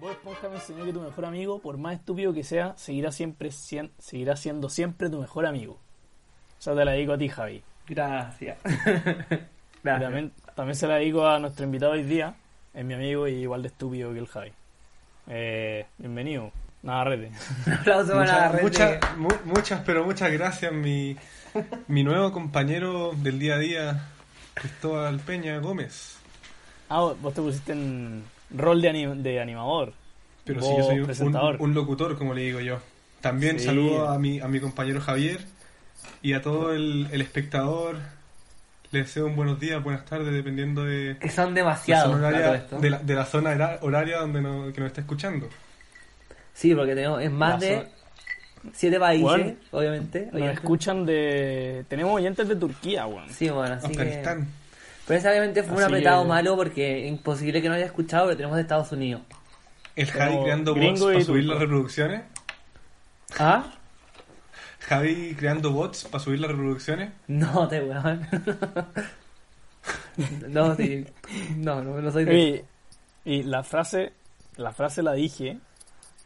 vieja me enseñó que tu mejor amigo, por más estúpido que sea, seguirá, siempre, sien- seguirá siendo siempre tu mejor amigo. O sea, te la dedico a ti, Javi. Gracias. Y Gracias. También, también se la digo a nuestro invitado hoy día, es mi amigo y igual de estúpido que el Javi. Eh, bienvenido, Navarrete. Un aplauso para Mucha- Navarrete. mucha- mu- muchas, pero muchas gracias, mi, mi nuevo compañero del día a día, Cristóbal Peña Gómez. Ah, vos te pusiste en rol de, ani- de animador. Pero Vos, sí, yo soy un- presentador. un, un locutor, como le digo yo. También Sí. saludo a mi, a mi compañero Javier y a todo el, el espectador. Les deseo un buenos días, buenas tardes, dependiendo de Que son la demasiados. zona para todo horaria, esto. de la, de la zona hora- horaria donde no- que nos está escuchando. Sí, porque tenemos, es más La de siete países, Bueno, obviamente. Nos oyentes. escuchan de... Tenemos oyentes de Turquía, weón. Sí, bueno, así que... Afganistán. Pero ese obviamente fue un Así apretado que- malo porque imposible que no haya escuchado, pero tenemos de Estados Unidos. El Javi Pero creando bots gringo y para subir las turco. reproducciones. ¿Ah? Javi creando bots para subir las reproducciones. No, te weón. no, sí. No, no, no soy de... Y, y la frase, la frase la dije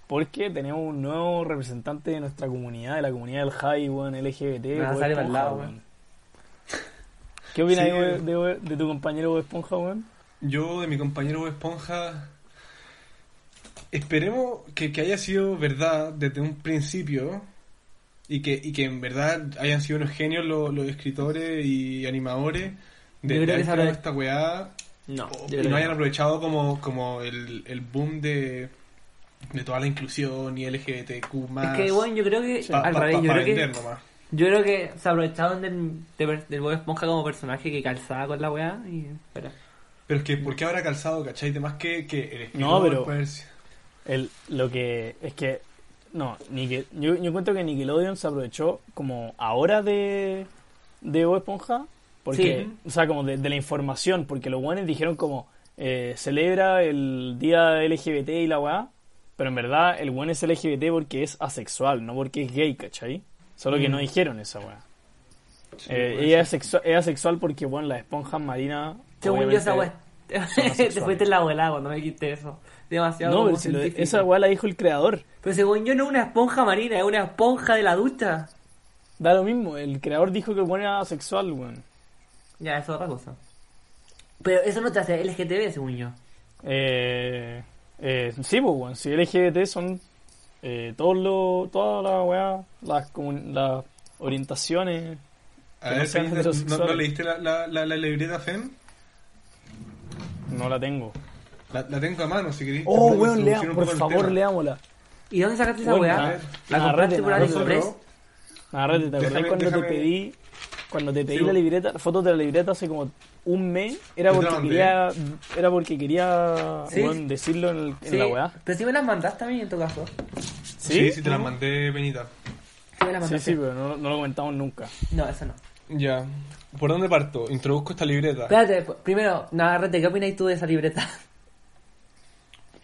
porque tenemos un nuevo representante de nuestra comunidad, de la comunidad del Javi, weón, LGBT. Me va a Bob salir para Esponja, el lado, weón. ¿Qué opinas Sí, de- eh. de, de tu compañero Bob Esponja, weón? Yo de mi compañero Bob Esponja esperemos que, que haya sido verdad desde un principio y que, y que en verdad hayan sido unos genios los, los escritores y animadores de, Yo creo de que haber se creado habrá- esta weá No, o- yo creo y que no hayan no. aprovechado como, como el, el boom de, de toda la inclusión y LGBTQ Es que, bueno, yo creo que... pa- al pa- revés, pa- yo, pa creo vender que nomás. yo creo que se aprovecharon del, de per- del Bob Esponja como personaje que calzaba con la weá y... Espera. Pero es que, ¿por qué habrá calzado, cachai? Además que, que el No, escritor pero- eh, puede haber sido- El, lo que es que no, Nickel- yo, yo encuentro que Nickelodeon se aprovechó como ahora de de Bob Esponja porque Sí. o sea, como de, de la información, porque los guanes dijeron como eh, celebra el día LGBT y la weá, pero en verdad el guan es LGBT porque es asexual, no porque es gay, ¿cachai? Solo que no dijeron esa weá. Mm. Sí, Eh, puede ella ser. es, asexua- es asexual porque, bueno, las esponjas marinas... Según yo esa obviamente- weá... Te asexuales. fuiste en la volada cuando me dijiste eso. Demasiado No, como pero si lo- científico. esa weá la dijo el creador. Pero según yo no es una esponja marina, es una esponja de la ducha. Da lo mismo, el creador dijo que el weón era asexual, weón. Ya, eso es otra cosa. Pero eso no te hace LGTB, según yo. Eh, eh, sí, pues, weón. Si LGBT son eh, todos los, todas las weá, las, comun- las orientaciones. A que ver, no sean Peñita, ¿no, heterosexuales. no leíste la, la, la, la libreta FEM? No la tengo. La, la tengo a mano, si queréis. Oh, Tampoco weón, lea, introducir un por poco el favor, tema. leámosla. ¿Y dónde sacaste esa Bueno, a weá? ver. ¿La Nada, compraste rete, por nada, AliExpress? Nosotros- Agárrate, ¿te acordás Déjame- cuando déjame- te pedí, cuando te pedí Sí, la bo- libreta, fotos de la libreta hace como un mes? Era Yo te porque la mandé. quería, era porque quería Sí. weón, decirlo en, el- en Sí, la weá. pero si me las mandaste a mí en tu caso. ¿Sí? sí, te la mandé, Peñita. Sí, me las Sí, mandaste. sí, pero no, no lo comentamos nunca. No, eso no. Ya. ¿Por dónde parto? Introduzco esta libreta. Espérate, pu- primero, Navarrete, ¿qué opinas tú de esa libreta?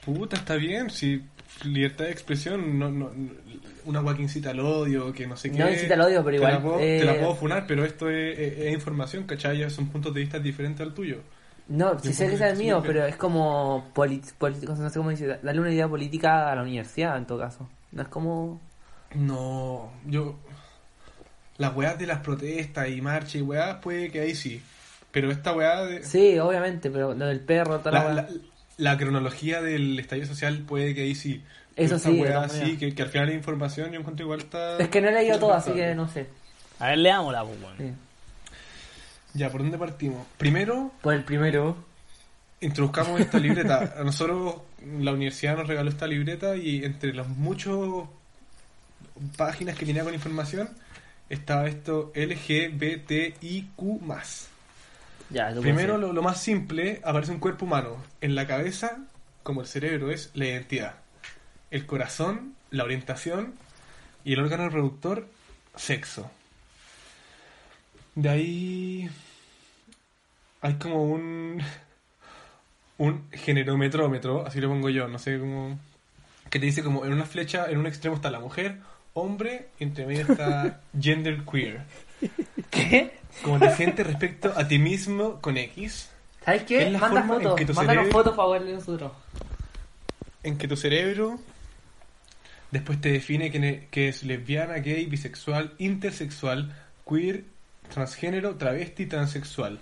Puta, está bien. Si libertad de expresión, no, no, no- una agua que incita al odio, que no sé qué. No incita al odio, pero Te igual, La puedo, eh, Te la puedo funar, pero esto es, es- es información, ¿cachai? Son puntos de vista diferentes al tuyo. No, si Yo sé que creo es que el sí, mío, pero- pero es como polit- político, no sé cómo dice, darle una idea política a la universidad en todo caso. No es como... No, yo. Las weas de las protestas y marchas y weas, puede que ahí sí. Pero esta wea de. Sí, obviamente, pero lo del perro, toda la, La, weá. la- la cronología del estallido social puede que ahí sí. Pero Eso esta sí, de weá todas sí, maneras. que, que al final la información yo encuentro igual está... Es que no he leído todo, así que no sé. A ver, leámosla, pues, weón. Sí. Ya, ¿por dónde partimos? Primero, Por el primero. introduzcamos esta libreta. A nosotros, la universidad nos regaló esta libreta y entre las muchas páginas que tenía con información, estaba esto LGBTIQ+. Ya, lo puedo Primero, hacer. lo, lo más simple, aparece un cuerpo humano. En la cabeza, como el cerebro, es la identidad. El corazón, la orientación. Y el órgano reproductor, sexo. De ahí. Hay como un. Un generometrómetro, así lo pongo yo, no sé cómo. Que te dice como en una flecha, en un extremo está la mujer, hombre, y entre medio está gender queer. ¿Qué? Como te sientes respecto a ti mismo con X. ¿Sabes qué? Es la Manda forma en fotos, que tu mándanos cerebro- fotos para verle nosotros. en que tu cerebro después te define que, ne- que es lesbiana, gay, bisexual, intersexual, queer, transgénero, travesti, transexual.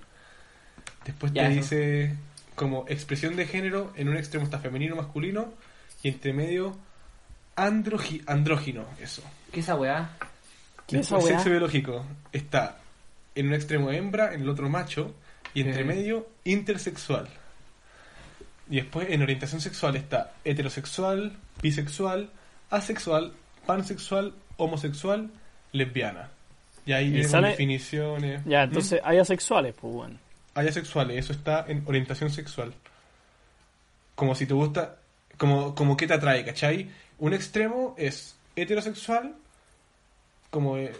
Después Ya, te eso. dice como expresión de género, en un extremo está femenino, masculino, y entre medio androgi- andrógino, eso. ¿Qué es esa weá? ¿Qué es esa Después, weá? sexo biológico está en un extremo hembra, en el otro macho, y entre Eh. medio intersexual. Y después en orientación sexual está heterosexual, bisexual, asexual, pansexual, homosexual, lesbiana. Y ahí Y vienen sale- definiciones. Ya, ¿Mm? entonces hay asexuales, pues bueno. Hay asexuales, eso está en orientación sexual. Como si te gusta, como, como que te atrae, ¿cachai? Un extremo es heterosexual, como eh,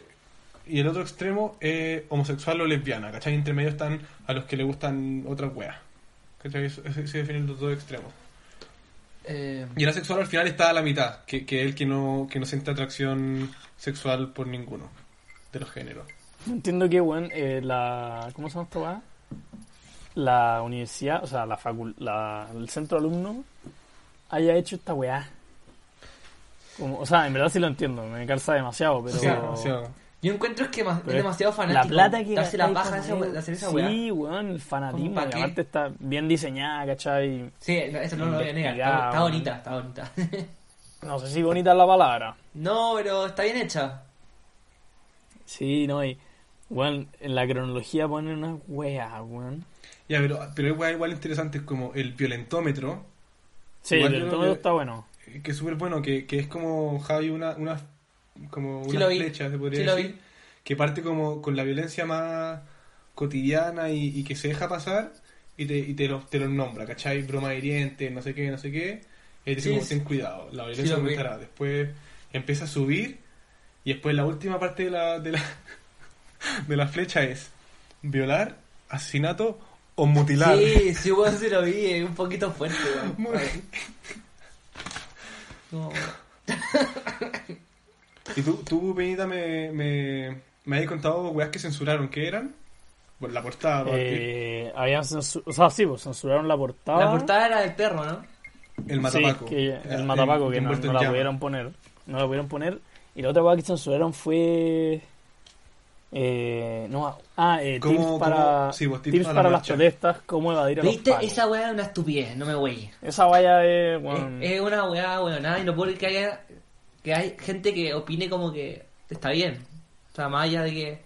y el otro extremo es homosexual o lesbiana, ¿cachai? Entre medio están a los que le gustan otras weas. ¿Cachai? Eso- eso- se definen los dos extremos. Eh, Y el asexual al final está a la mitad, que, que es el que no, que no siente atracción sexual por ninguno de los géneros. No entiendo que, weón, eh, la... ¿Cómo se llama esta weá? La universidad, o sea, la facul la, el centro alumno haya hecho esta weá. Como, o sea, en verdad sí lo entiendo, me calza demasiado, pero... Sí, demasiado. yo encuentro que ma- es pero es demasiado fanático. La plata que darse la gastáis paja con en esa, eso. we- hacer esa weá. Sí, weón, el fanatismo. ¿Para y qué? aparte está bien diseñada, ¿cachai? Sí, eso no lo voy a negar. Está, Investigado. está bonita, está bonita. No sé si bonita es la palabra. no, pero está bien hecha. Sí, no, y... Weón, en la cronología ponen una weá, weón. Ya, pero, pero igual, igual interesante es como el violentómetro, Sí, Igual pero yo todo creo que- está bueno. que es súper bueno, que, que es como Javi una, una como Sí una lo vi. flecha, se podría Sí lo decir, vi. que parte como con la violencia más cotidiana y, y que se deja pasar y te, y te los te los nombra, ¿cachai? Broma hiriente, no sé qué, no sé qué. Y te dice Sí, como sí. ten cuidado, la violencia lo vi. aumentará. Después empieza a subir y después la última parte de la, de la, de la flecha es violar, asesinato o mutilar. Sí, sí, weón, sí lo vi. Es un poquito fuerte, weón. Muy- No, Y tú, tú Peñita, me, me, me habías contado weas que censuraron. ¿Qué eran? Bueno, la portada. porque Eh, habían censu- o sea, sí, pues censuraron la portada. La portada era del perro, ¿no? el Sí, matapaco. que Ah, el matapaco, que no, envuelto no en la llama. pudieron poner. No la pudieron poner. Y la otra cosa que censuraron fue. eh, no, ah, eh, ¿Cómo- tips cómo- para, sí, pues, tips tips para para, la las marcha. protestas, cómo evadir a los ¿Viste? pacos. Esa weá es una estupidez, no me güey. Esa valla es. bueno, Es, es una weá, weón, nada, y no puedo creer que haya, que hay gente que opine como que está bien. O sea, más allá de que,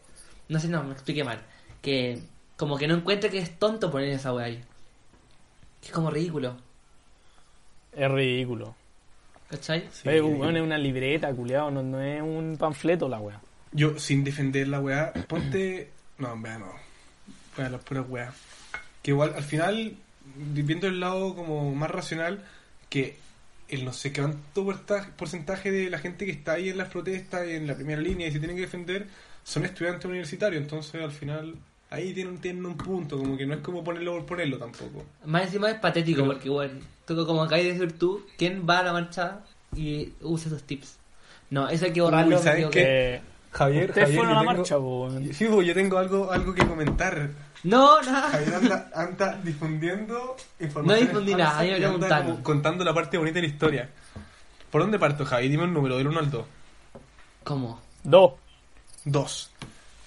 no sé, no, me expliqué mal. Que como que no encuentre que es tonto poner esa weá ahí. Que es como ridículo, es ridículo. ¿cachai? Sí, Eh, yo- bueno, es una libreta, culiado, no, no es un panfleto la wea. Yo, sin defender la wea, ponte. No, en verdad no. Para las puras weas. Que igual, al final, viendo el lado como más racional, que el no sé cuánto porta- porcentaje de la gente que está ahí en las protestas y en la primera línea y se tienen que defender son estudiantes universitarios. Entonces, al final, ahí tienen, tienen un punto. Como que no es como ponerlo por ponerlo tampoco. Más encima es patético Pero- porque, bueno, tú como acabas de decir tú, ¿quién va a la marcha y usa esos tips? No, eso hay que borrarlo. Uy, ¿sabes digo qué? que- Eh, Javier, ustedes fueron a la yo marcha, tengo- po, weón. Sí, pues, yo tengo algo, algo que comentar. No, nada. Javier anda, anda difundiendo información. No difundí nada, yo le preguntaba. contando la parte bonita de la historia. ¿Por dónde parto, Javi? Dime un número, del 1 al 2. ¿Cómo? Dos. 2.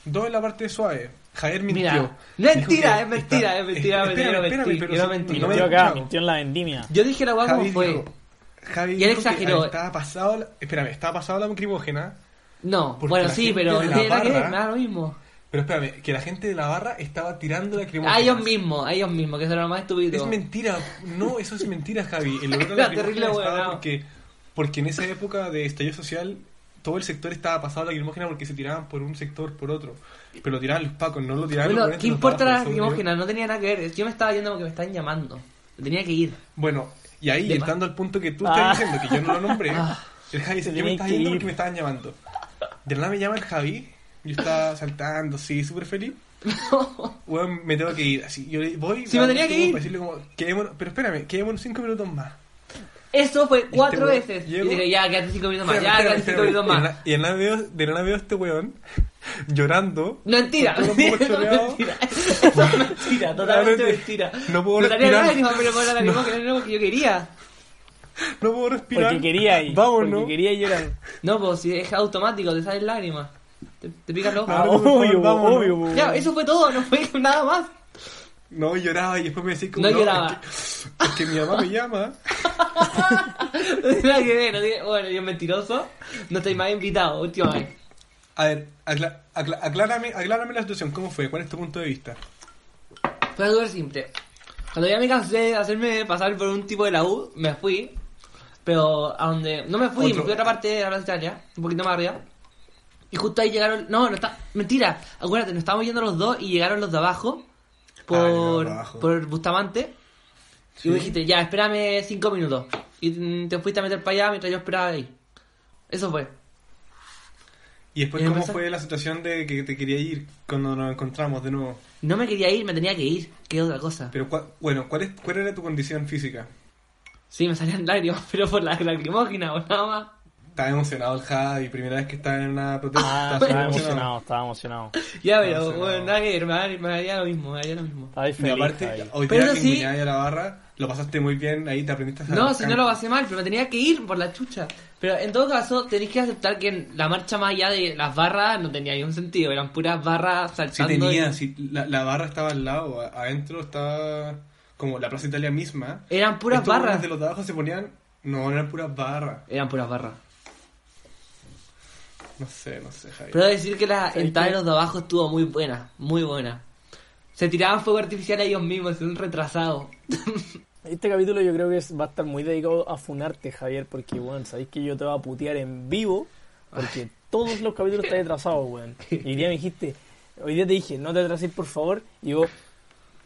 2 es la parte suave. Javier mintió. Mira, mentira, Dijo que es mentira, es mentira, espérame, yo no espérame, mentí, pero yo no si- mentí. no me Mintió acá, escuchaba. mintió en la vendimia. Yo dije la weá como Javi fue. dijo- Javi Y él dijo que exageró. estaba pasado, la- espérame, estaba pasado la lacrimógena, No, Porque bueno, la sí, gente pero de no la tiene nada que ver, barra- me da lo mismo. pero espérame, que la gente de la barra estaba tirando lacrimógena. A ellos mismos, a ellos mismos, que eso era lo más estúpido. Es mentira, no, eso es mentira, Javi. El lugar de Era la terrible, lacrimógena weón, no. estaba porque, porque en esa época de estallido social todo el sector estaba pasado a la lacrimógena porque se tiraban por un sector, por otro. Pero lo tiraban los pacos, no lo tiraban los bueno, buenos ¿qué de los importa la bajos, son lacrimógena? No tenía nada que ver. Yo me estaba yendo porque me estaban llamando. Tenía que ir. de- Bueno, y ahí, De entrando al punto que tú Ah. estás diciendo, que yo no lo nombré, Ah. el Javi dice, Te yo me tenés estaba que yendo ir. porque me estaban llamando. De la nada me llama el Javi, yo estaba saltando, sí, súper feliz. Weón, me tengo que ir, así, yo le voy... Sí, me tenía que como ir. para decirle como, quedémonos- pero espérame, quedémonos cinco minutos más. Eso fue cuatro weón veces. llegó- Y dije, ya, quédate cinco minutos más, ya, Espérame, quédate cinco espérame, minutos espérame. más. Y en la veo, de la nada veo a este weón llorando. No, mentira, Con todo el mentira, poco choreado. mentira. Eso es mentira, totalmente Realmente, mentira. no puedo No tenía respirar. lágrimas, pero por la lacrimógena era lo que yo quería. No puedo respirar. Porque quería ir. Vámonos. Porque quería llorar. No, pues si es automático, te salen lágrimas. Te, te pican los Ah, Ábreme, ojos. por favor, obvio, vámonos. obvio, po. Ya, eso fue todo, no fue nada más. No, y lloraba y después me decís como. No es lloraba. que- Es que, mi mamá me llama. No tiene nada que ver, no tiene- Bueno, yo mentiroso. No estoy más invitado, última vez. A ver, acla- acla- aclárame, aclárame la situación. ¿Cómo fue? ¿Cuál es tu punto de vista? Fue súper simple. Cuando ya me cansé de hacerme pasar por un tipo de la U, me fui. Pero a donde. No me fui, Otro. me fui a otra parte de la Plaza Italia, un poquito más arriba. Y justo ahí llegaron. No, no está. Mentira, acuérdate, nos estábamos yendo los dos y llegaron los de abajo. Ah, los Por, de abajo. por Bustamante. Y Sí. me dijiste, ya, espérame cinco minutos. Y mm, te fuiste a meter para allá mientras yo esperaba ahí. Eso fue. Y después, ¿Y ¿cómo empezó? fue la situación de que te quería ir cuando nos encontramos de nuevo? No me quería ir, me tenía que ir. Qué otra cosa. Pero, cua- bueno, ¿cuál, es, ¿cuál era tu condición física? Sí, me salían lágrimas, pero por la lacrimógena o nada más. Estaba emocionado el Javi, primera vez que estaba en una protesta. Ah, estaba emocionado, estaba emocionado. Ya, No pero sé, bueno, no. nada que ver, me daría- me daría lo mismo, me daría lo mismo. Estaba ahí Y feliz. aparte, Javi. hoy Pero día eso que sí- enguñabas a la barra, lo pasaste muy bien, ahí te aprendiste a No, si no lo pasé mal, pero me tenía que ir por la chucha. Pero en todo caso, tenéis que aceptar que en la marcha más allá de las barras no tenía ningún sentido, eran puras barras Si saltando. tenía, y- si la, la barra estaba al lado, a- adentro estaba como la Plaza Italia misma. Eran puras Estos barras. buenos de los de abajo se ponían, no, eran puras barras. Eran puras barras. No sé, no sé, Javi. Pero debo decir que la ¿Sabes entrada de qué? los de abajo estuvo muy buena, muy buena. Se tiraban fuego artificial a ellos mismos, son retrasados. Este capítulo yo creo que es- va a estar muy dedicado a funarte, Javier, porque, weón, sabéis que yo te voy a putear en vivo, porque todos los capítulos están atrasados, weón. Y hoy día me dijiste, hoy día te dije, no te atrases, por favor, y vos,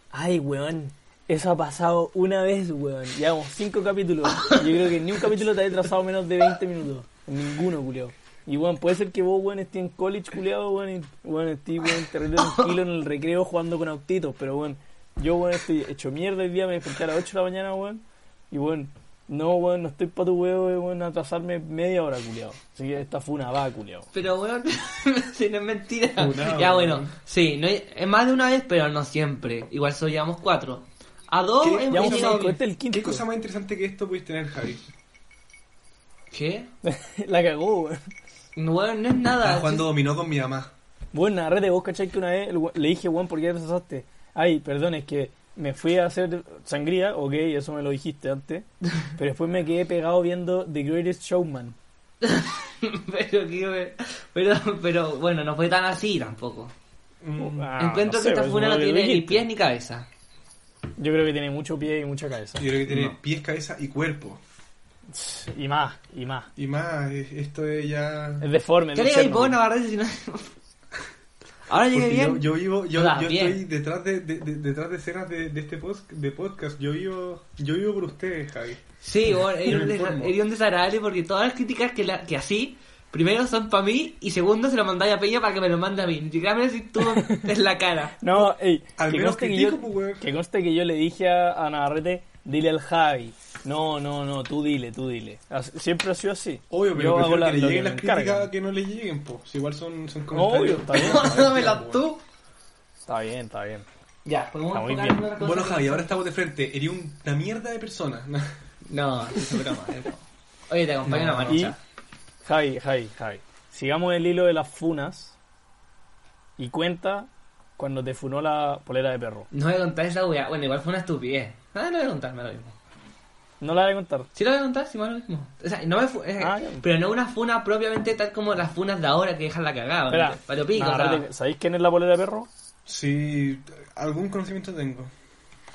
ay, weón, eso ha pasado una vez, weón. Llevamos cinco capítulos. Yo creo que ni un capítulo te ha atrasado menos de 20 minutos. Ninguno, culiao. Y, weón, puede ser que vos, weón, estés en college, culiao, weón, y, weón, estés, weón, terrible tranquilo en el recreo jugando con autitos, pero, weón, yo, weón, estoy hecho mierda hoy día, me desperté a las 8 de la mañana, weón, y, weón, no, weón, no estoy pa' tu weón, weón, atrasarme media hora, culiao. Así que esta funa va, culiao. Pero bueno, si no es mentira. Funado, ya weón. bueno, sí, no, es más de una vez, pero no siempre. Igual solo llevamos cuatro. A dos ¿Qué? hemos Ya vamos Oye, a llegado Javi, este es el quinto. ¿Qué cosa más interesante que esto pudiste tener, Javi? Ah, ¿Qué? la cagó, weón. No, bueno, no es Estaba nada. jugando dominó con mi mamá. Bueno, la red de vos, ¿cachai? Que una vez el we- le dije, weón, ¿por qué retrasaste? Ay, perdón, es que me fui a hacer sangría, ok, eso me lo dijiste antes. Pero después me quedé pegado viendo The Greatest Showman. pero, que- pero, pero bueno, no fue tan así tampoco. Mm, Ah, no Encuentro que sé, esta pues, supongo funa no que lo tiene ni dijiste. pies ni cabeza. Yo creo que tiene mucho pie y mucha cabeza. Yo creo que tiene No. pies, cabeza y cuerpo. Y más, y más. Y más, es- esto es ya... Es deforme. pues. ¿Qué es le digáis Chernobyl. vos, Navarrete, si no... Ahora llegué Porque yo, bien. yo vivo, yo, Ah, yo bien. estoy detrás de, de- de- detrás de escenas de, de este post, de podcast. Yo vivo, yo vivo por ustedes, Javi. Sí, bueno, Yo era un, me desa- informo. era un desagradable porque todas las críticas que, la- que así, primero son para mí y segundo se lo mandáis a Peña para que me lo mande a mí. Ni siquiera me decís tú en la cara. No, ey, Al que, menos conste que, critico, yo, pues, weón. que conste que yo le dije a, a Navarrete, dile al Javi. No, no, no, tú dile, tú dile. As- Siempre ha sido así. Obvio, Yo pero prefiero hago la- que le lo que lleguen me las críticas encargan. a que no le lleguen, po. Si igual son, son Obvio, comentarios. está bien. Dámela tú. Está bien, está bien. Ya, podemos Está muy enfocarnos en bien. otra cosa. Bueno, Javi, ahora estamos de frente. Eres una mierda de persona. No, es broma, es broma. Oye, te acompaño a la Y marcha. Javi, Javi, Javi. Sigamos el hilo de las funas y cuenta cuando te funó la polera de perro. No voy a contar esa weá. Bueno, igual fue una estupidez. Nada, no voy a contar, me da lo mismo. No la voy a contar. Sí lo voy a contar, sí me da lo mismo. O sea, no me fu- eh, Ah, ya. Pero no una funa propiamente tal como las funas de ahora que dejan la cagada. Espera. Palo pico, o sea, Navarrete, ¿Sabéis quién es la polera de perro? Sí, algún conocimiento tengo.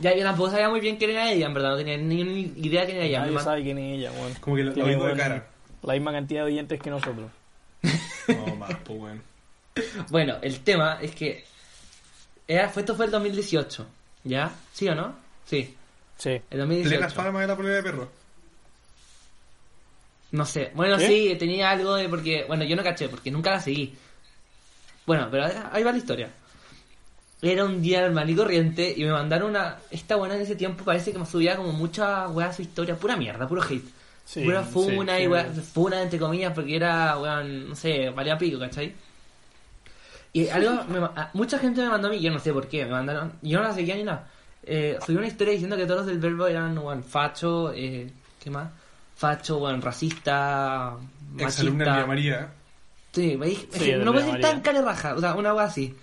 Ya yo tampoco sabía muy bien quién era ella, en verdad. No tenía ni, ni idea quién era ella. Nadie Me ma- sabe quién es ella, weón. Como que la- la Tiene, oigo de weón, cara. La misma cantidad de dientes que nosotros. No, más, pues, po, weón. Bueno, el tema es que. Era, fue, esto fue el 2018. ¿Ya? ¿Sí o no? Sí, Sí. el Plena 2018. fama de la polera de perro. No sé. Bueno, ¿Sí? sí, tenía algo de porque. Bueno, yo no caché, porque nunca la seguí. Bueno, pero ahí va la historia. Era un día normal y corriente y me mandaron una. Esta buena en ese tiempo parece que me subía como mucha weá a su historia. Pura mierda, puro hate. Sí, pura sí, funa sí, y weá. sí. Funa entre comillas porque era, weón, no sé, valía pico, ¿cachai? Y algo. me ma- a- mucha gente me mandó a mí, yo no sé por qué, me mandaron. Yo no la seguía ni nada. Eh, subí una historia diciendo que todos los del verbo eran, weón, facho, eh, ¿qué más? facho, weón, racista, Ex alumna de machista. María. Sí, me dije, Sí, no puede de ser María. tan cara raja, o sea, una weá así.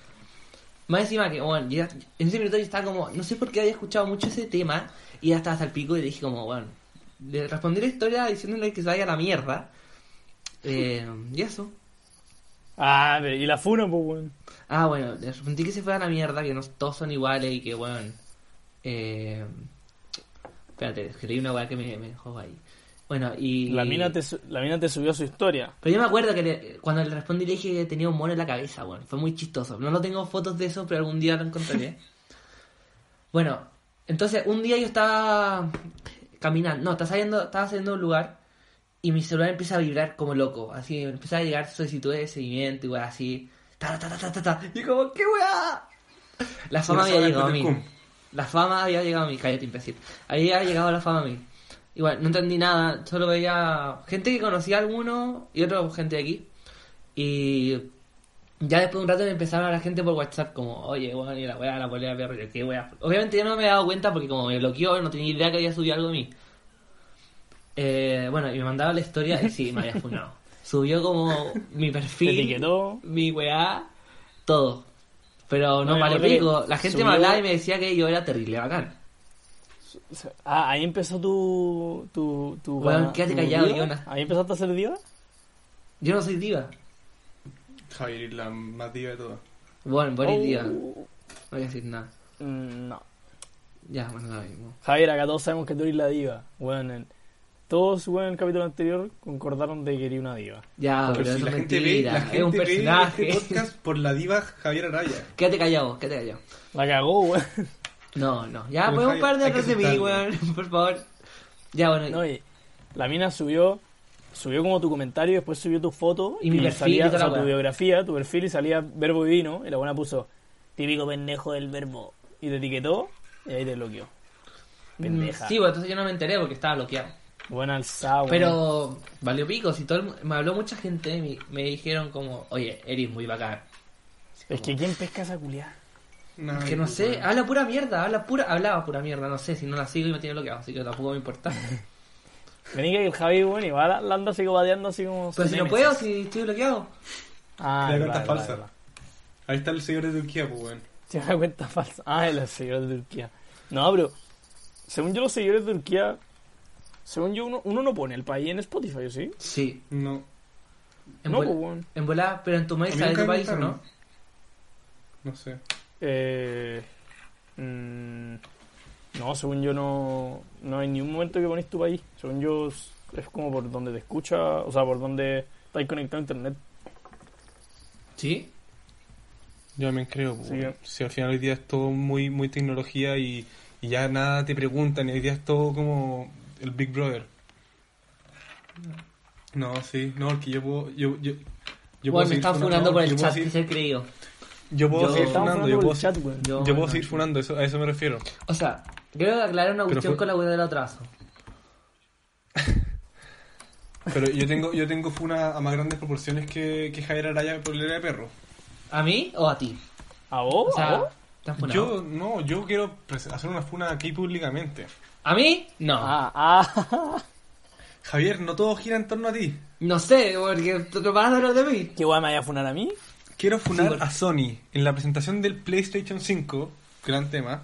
Más encima que, bueno, ya- en ese minuto yo estaba como, no sé por qué había escuchado mucho ese tema y ya estaba hasta el pico y dije como, bueno, le respondí la historia diciéndole que se vaya a la mierda. Eh, y eso. Ah, pero- y la funa, pues, weón. Ah, bueno, le respondí que se fuera a la mierda, que no, todos son iguales y que, bueno... Eh, espérate, es que leí una weá que me, me dejó ahí. Bueno, y... La mina, te, su- la mina te subió su historia. Pero yo me acuerdo que le- cuando le respondí le dije que tenía un mono en la cabeza, bueno, fue muy chistoso. No lo tengo fotos de eso, pero algún día lo encontraré. bueno, entonces un día yo estaba caminando, no, estaba saliendo, estaba saliendo de un lugar y mi celular empieza a vibrar como loco, así, me empieza a llegar solicitudes de seguimiento y weá, así, ta, ta, ta, ta, ta, ta, y como, ¿qué weá? La fama Corazón había llegado a mí. Antetokounmpo. La fama había llegado a mí, cállate imbécil. Había llegado la fama a mí. Igual, no entendí nada, solo veía gente que conocía a alguno y otra gente de aquí. Y ya después de un rato me empezaron a la gente por WhatsApp como, oye, bueno, y la weá, la polea, perro, yo, qué weá. Obviamente yo no me había dado cuenta porque como me bloqueó, no tenía idea que había subido algo de mí. Eh, bueno, y me mandaba la historia y sí, me había funado. Subió como mi Te perfil, etiquetó. mi weá, todo. Pero no, No, me vale acuerdo que pico. La gente subió- me hablaba y me decía que yo era terrible, bacán. Ah, ahí empezó tu. tu. tu. Weón, quédate tu callado, diva. Jonas. Ahí empezaste a ser diva. Yo no soy diva. Javier es la más diva de todas. Bueno, buena Oh. diva. No voy a decir nada. Mm, No. Ya, bueno, da lo mismo. Javier, acá todos sabemos que tú eres la diva. Weón, en- todos, weón, en el capítulo anterior concordaron de que eres una diva. Ya, Pero pero si eso la es gente ve, la mentira. gente Es un ve personaje. este podcast por la diva Javier Araya. Quédate callado, quédate callado. La cagó, weón. No, no. Ya, Pero podemos Javi, parar de hay que hablar de mí, aceptarlo. weón. Por favor. Ya, bueno. No, y la mina subió subió como tu comentario y después subió tu foto Y mi perfil salía, y toda o sea, la tu weá. biografía, tu perfil y salía verbo divino y la buena puso típico pendejo del verbo y te etiquetó y ahí te bloqueó. Pendeja. mm, Ah, Sí, bueno, entonces yo no me enteré porque estaba bloqueado. Buena alzada, weón. Pero valió pico. Si todo el mu- me habló mucha gente, me, me dijeron como, oye, eres muy bacán. Es que ¿quién pesca esa culiada? No, Es que no sé, habla pura mierda, habla pura, hablaba pura mierda, no sé, si no la sigo y me tiene bloqueado, así que tampoco me importa. Vení que el Javi, weón, igual la anda así como bateando así como... Pero si no Nemesis. puedo, si estoy bloqueado. Ah, verdad, Te da cuenta verdad, falsa. verdad. Ahí está el señor de Turquía, pues, weón. Se da cuenta falsa. Ah, el seguidor de Turquía. No, pero según yo los seguidores de Turquía, según yo uno, uno no pone el país en Spotify, ¿o sí? Sí, No. en, no, vol- pues, weón. en volada, pero en tu A maíz mí sabes nunca tu me país, ¿o ¿no? contaron. No sé. Eh, mm, no, según yo no, no hay ningún momento que pones tu país. Según yo es es como por donde te escucha, o sea, por donde estáis conectado a internet. Sí. Yo también creo, pues, Sí. weón. Si al final hoy día es todo muy, muy tecnología y, y ya nada te preguntan, y hoy día es todo como el Big Brother. No, sí, no, porque yo puedo. Yo, yo, yo puedo bueno, me seguir están funando, funando por yo el puedo chat, seguir- ser creído. Yo puedo Yo- seguir Estamos funando, hablando yo por puedo, el chat, weón. Yo, yo puedo bueno. seguir funando, eso, a eso me refiero. O sea, quiero aclarar una Pero cuestión fue- con la weá de la atraso. Pero yo tengo, yo tengo funa a más grandes proporciones que, que Javier Araya por el de perro. ¿A mí o a ti? ¿A vos? ¿A O sea, vos? ¿te han funado? Yo no, yo quiero pres- hacer una funa aquí públicamente. ¿A mí? No. Ah, ah, Javier, no todo gira en torno a ti. No sé, porque tú te vas a hablar de mí. ¿qué guay me vaya a funar a mí? Quiero funar Sí, por- a Sony en la presentación del PlayStation 5, gran tema.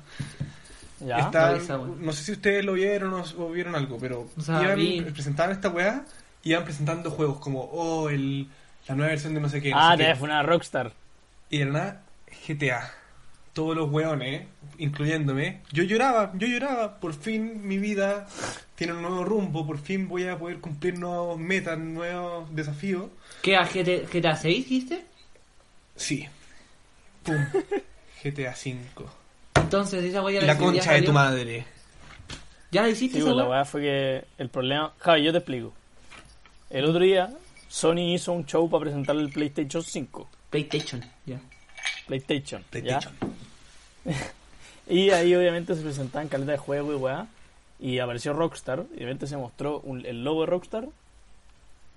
Ya. Está- lo vi, esa wea. no sé si ustedes lo vieron o, o vieron algo, pero O sea, iban- vi- presentaban esta weá y iban presentando juegos como, oh, el, la nueva versión de no sé qué. no ah, sé te qué. voy a funar a Rockstar. Y de la nada, GTA. Todos los weones, incluyéndome. Yo lloraba, yo lloraba. Por fin mi vida tiene un nuevo rumbo. Por fin voy a poder cumplir nuevos metas, nuevos desafíos. ¿Qué, a GT GTA 6 hiciste? Sí. Pum. GTA V. Entonces, esa weá ya La hice, ya concha de tu salió. madre. ¿Ya la Sí, hiciste esa pues, la weá? weá fue que el problema. Javi, yo te explico. El otro día, Sony hizo un show para presentarle el PlayStation 5. PlayStation, ya. PlayStation. ¿ya? PlayStation. Y ahí, obviamente, se presentaban caleta de juego y weá. Y apareció Rockstar. Y obviamente se mostró un- el logo de Rockstar.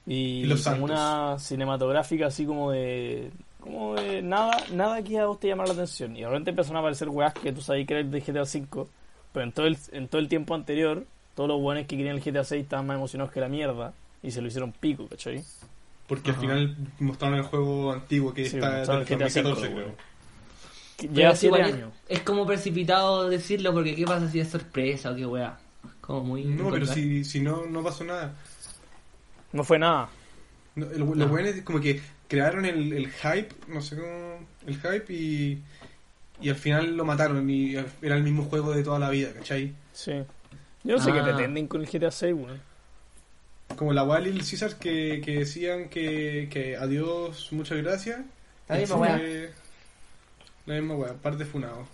Y, Y los como Santos. una cinematográfica así como de. Como de nada, nada que a vos te llamara la atención. Y de repente empezaron a aparecer weas que tú sabías que eran de GTA V. Pero en todo el, en todo el tiempo anterior todos los buenos que querían el GTA 6 estaban más emocionados que la mierda y se lo hicieron pico, ¿cachai? Porque Ajá. al final mostraron el juego antiguo que Sí, está del mostraron el GTA V, 2014, güey. creo. Que Pero Lleva es 7 igual, años. Es, es como precipitado decirlo porque qué pasa si es sorpresa o qué weá. Como muy. No, pero incontra- si, si no, no pasó nada. No fue nada. No, el- lo No. bueno es como que crearon el, el hype, no sé cómo, el hype y, y al final lo mataron y al- era el mismo juego de toda la vida, ¿cachai? Sí. Yo no sé qué Ah. pretenden con el GTA 6, weón. Como la Wally y el César que, que decían que, que adiós, muchas gracias. La misma Fue- weá. La misma weá, par de funado.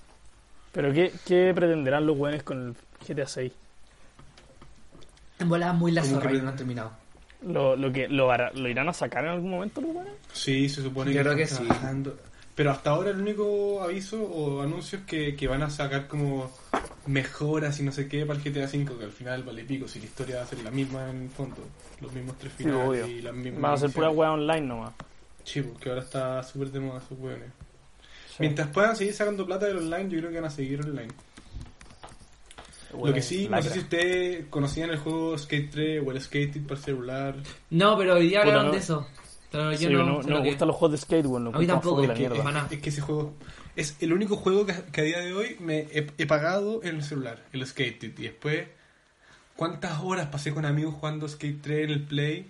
Pero ¿qué, qué pretenderán los weones con el GTA 6? En voladas muy la Como zorra que- y no han terminado. ¿Lo, lo, que, lo, hará- ¿Lo irán a sacar en algún momento los weones? Sí, se supone Yo que creo que están sí. trabajando. Pero hasta ahora el único aviso o anuncio es que, que van a sacar como mejoras y no sé qué para el GTA V, que al final vale pico si la historia va a ser la misma en el fondo. Los mismos tres Sí, finales obvio. y las mismas. Van a ser pura misiones. weá online nomás. Sí, porque ahora está súper de moda esos weones. Sí. Mientras puedan seguir sacando plata del online, yo creo que van a seguir online. Lo que Weones sí, no lacra. sé si ustedes conocían el juego Skate 3 o el Skate It para celular. No, pero hoy día Puta, hablaron no. de eso. Pero yo Sí, no. no, no creo me que- gustan los juegos de skate, weón. lo A mí encuentro más tampoco, fome que es que- la mierda. Maná. Es que ese juego es el único juego que, que a día de hoy me he, he pagado en el celular, el Skate It. Y después, ¿cuántas horas pasé con amigos jugando Skate 3 en el Play?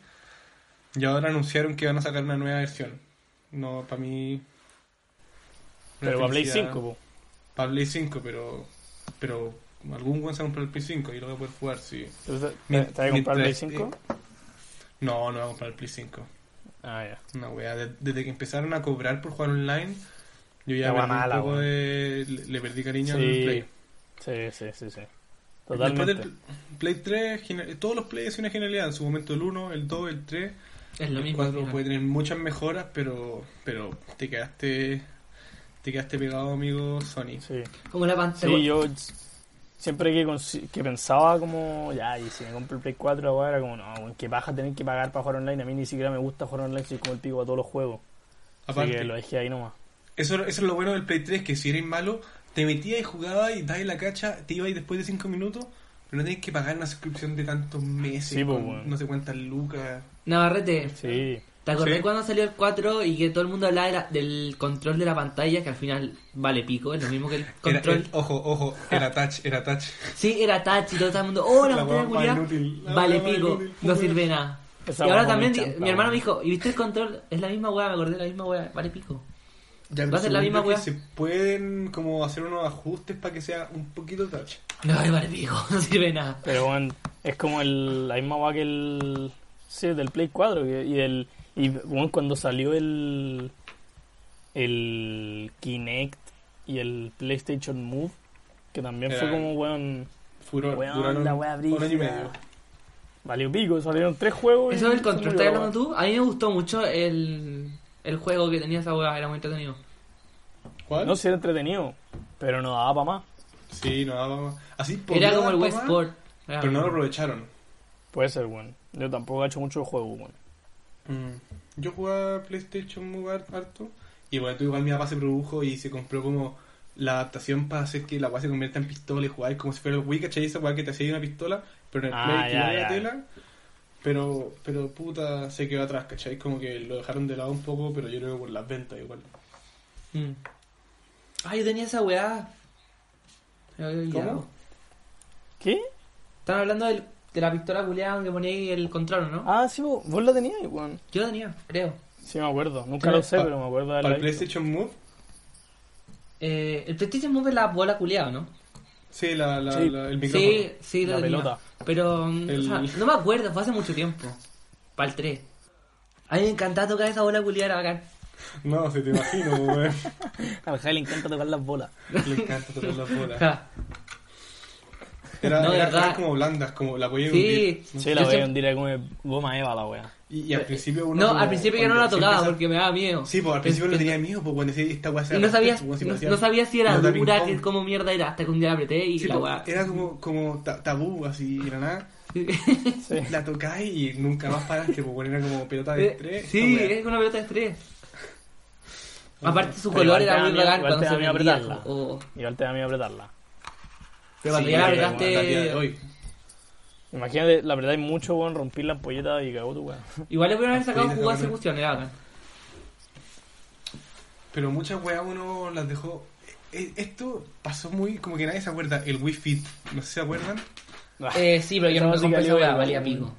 Y ahora anunciaron que van a sacar una nueva versión. No, para mí. Pero para Play 5, po. Para Play 5, pero. Pero algún buen se va a comprar el Play 5 y lo voy a poder jugar, sí. ¿Te, te, Mien- te vas a comprar Play mientras- eh, 5? No, no voy a comprar el Play 5. Ah, ya. Una wea, de- desde que empezaron a cobrar por jugar online, yo ya La wea perdí un mala, poco wea. de- le, le perdí cariño al Sí, Play. Sí, sí, sí, sí. Después Totalmente. del Pl- Play 3, gener- todos los Play es una genialidad, en su momento el 1, el 2, el 3, Es lo el mismo. 4 mira. puede tener muchas mejoras, pero pero te quedaste te quedaste pegado, amigo Sony. Sí. Como la pantalla. Sí, yo s- siempre que, consi- que pensaba como, ya, y si me compro el Play 4 ahora, era como, no, weón, qué paja tener que pagar para jugar online. A mí ni siquiera me gusta jugar online, soy como el pico a todos los juegos. Así que Aparte, lo dejé ahí nomás. eso, eso es lo bueno del Play 3, que si eres malo, te metías y jugabas y dabas la cacha, te ibas y después de 5 minutos, pero no tenés que pagar una suscripción de tantos meses, Sí, pues, con bueno. no sé cuántas lucas. Navarrete, Sí, ¿te acordás Sí. cuando salió el 4 y que todo el mundo hablaba de la- del control de la pantalla que al final vale pico? Es lo mismo que el Era- control. el- ojo, ojo, era touch, era touch. Sí, era touch y todo el mundo. ¡Oh, la, La pantalla weá más culiá! inútil, la Vale weá más pico, inútil. no sirve de nada. Esa y ahora weá también muy di- chanta, mi hermano weón. me dijo, ¿y viste el control? Es la misma weá, me acordé, la misma weá, vale pico. Ya, Va a ser la misma seguro que weá. Se pueden como hacer unos ajustes para que sea un poquito touch. No, es vale pico, no sirve de nada. pero bueno, es como el, la misma va que el. Sí, del Play 4. que- Y el. Y bueno, cuando salió el. El Kinect y el PlayStation Move, que también fue Era- como, weón. Furor, Weón, duraron la weá un año y brígida. medio. Valió pico, salieron tres juegos. y Eso del se control, murió ¿estás la hablando tú? A mí me gustó mucho el, el juego que tenía esa weá, era muy entretenido. weá. ¿Cuál? No, si era entretenido, pero no daba para más. Sí, no, vamos. Así podía Era como dar el pa' Westport. más, Pero no lo aprovecharon. Puede ser, weón. Yo tampoco he hecho mucho juego, weón. Mm. Yo jugaba PlayStation Move har- harto. Y bueno, tú igual mi papá se produjo y se compró como la adaptación para hacer que la weá se convierta en pistola y jugar como si fuera el Wii, ¿cachai? Esa weá que te hacía una pistola, pero en el Ah, Play que ya, no era ya. tela. Pero, pero puta, se quedó atrás, ¿cachai? Como que lo dejaron de lado un poco, pero yo creo que por las ventas igual. Mm. Ah, yo tenía esa weá. Me había olvidado. ¿Cómo? ¿Qué? Estaban hablando del- de la pistola culeada que ponía ahí el control, ¿no? Ah, sí, vos, vos lo tenías, weón. Yo la tenía, creo. Sí, me acuerdo. Nunca Sí, lo sé, pa- pero me acuerdo de Para la. el PlayStation Move, Eh, el PlayStation Move es la bola culeada, ¿no? sí, la, la, Sí. la- el micrófono. Sí, sí, La la tenía. pelota. Pero mm, o El- sea, no me acuerdo, fue hace mucho tiempo. Para el 3. A mí me encantaba tocar esa bola culeada, era bacán. No, se te imagino, weón. Al Jai le encanta tocar las bolas. Le encanta tocar las bolas. Ja. Era, No, era- verdad. eran como blandas, como la podía Sí. hundir. Sí, la voy Yo a siempre- hundir a comer goma Eva, la wea. Y, y al principio uno. Eh, No, como- al principio yo no la cuando tocaba siempre porque me daba miedo. sa- Sí, pues al principio Pe- le tenía miedo, pues cuando decía esta weá se Y no arrastra, sabía, como no, parecía no sabía si era pelota dura, ping-pong. que como mierda era, hasta que un día la apreté y Sí, la pues, eh. weá. Era como, como ta- tabú, así, era nada. Sí. La tocáis y nunca más paraste, pues bueno, era como pelota de Eh, estrés. Sí, es una pelota de estrés. Aparte su Pero color igual te era da muy miedo- bacán igual cuando te se da miedo prendía, apretarla. o- Igual te da miedo apretarla. Pero cuando Sí, ya la era como hasta el día de apretaste... hoy. Imagínate, la verdad hay mucho, weón, rompí la ampolleta y cagó tu weón. Igual le pudieron haber sacado un Ampolleta, jugo a esa cabrón. cuestión, era bacán. Pero muchas weas uno las dejó. e- Esto pasó muy. como que nadie se acuerda. El Wii Fit, no sé si se acuerdan. Eh, sí, pero yo Esa no me música compré esa yo weá, la- valía pico.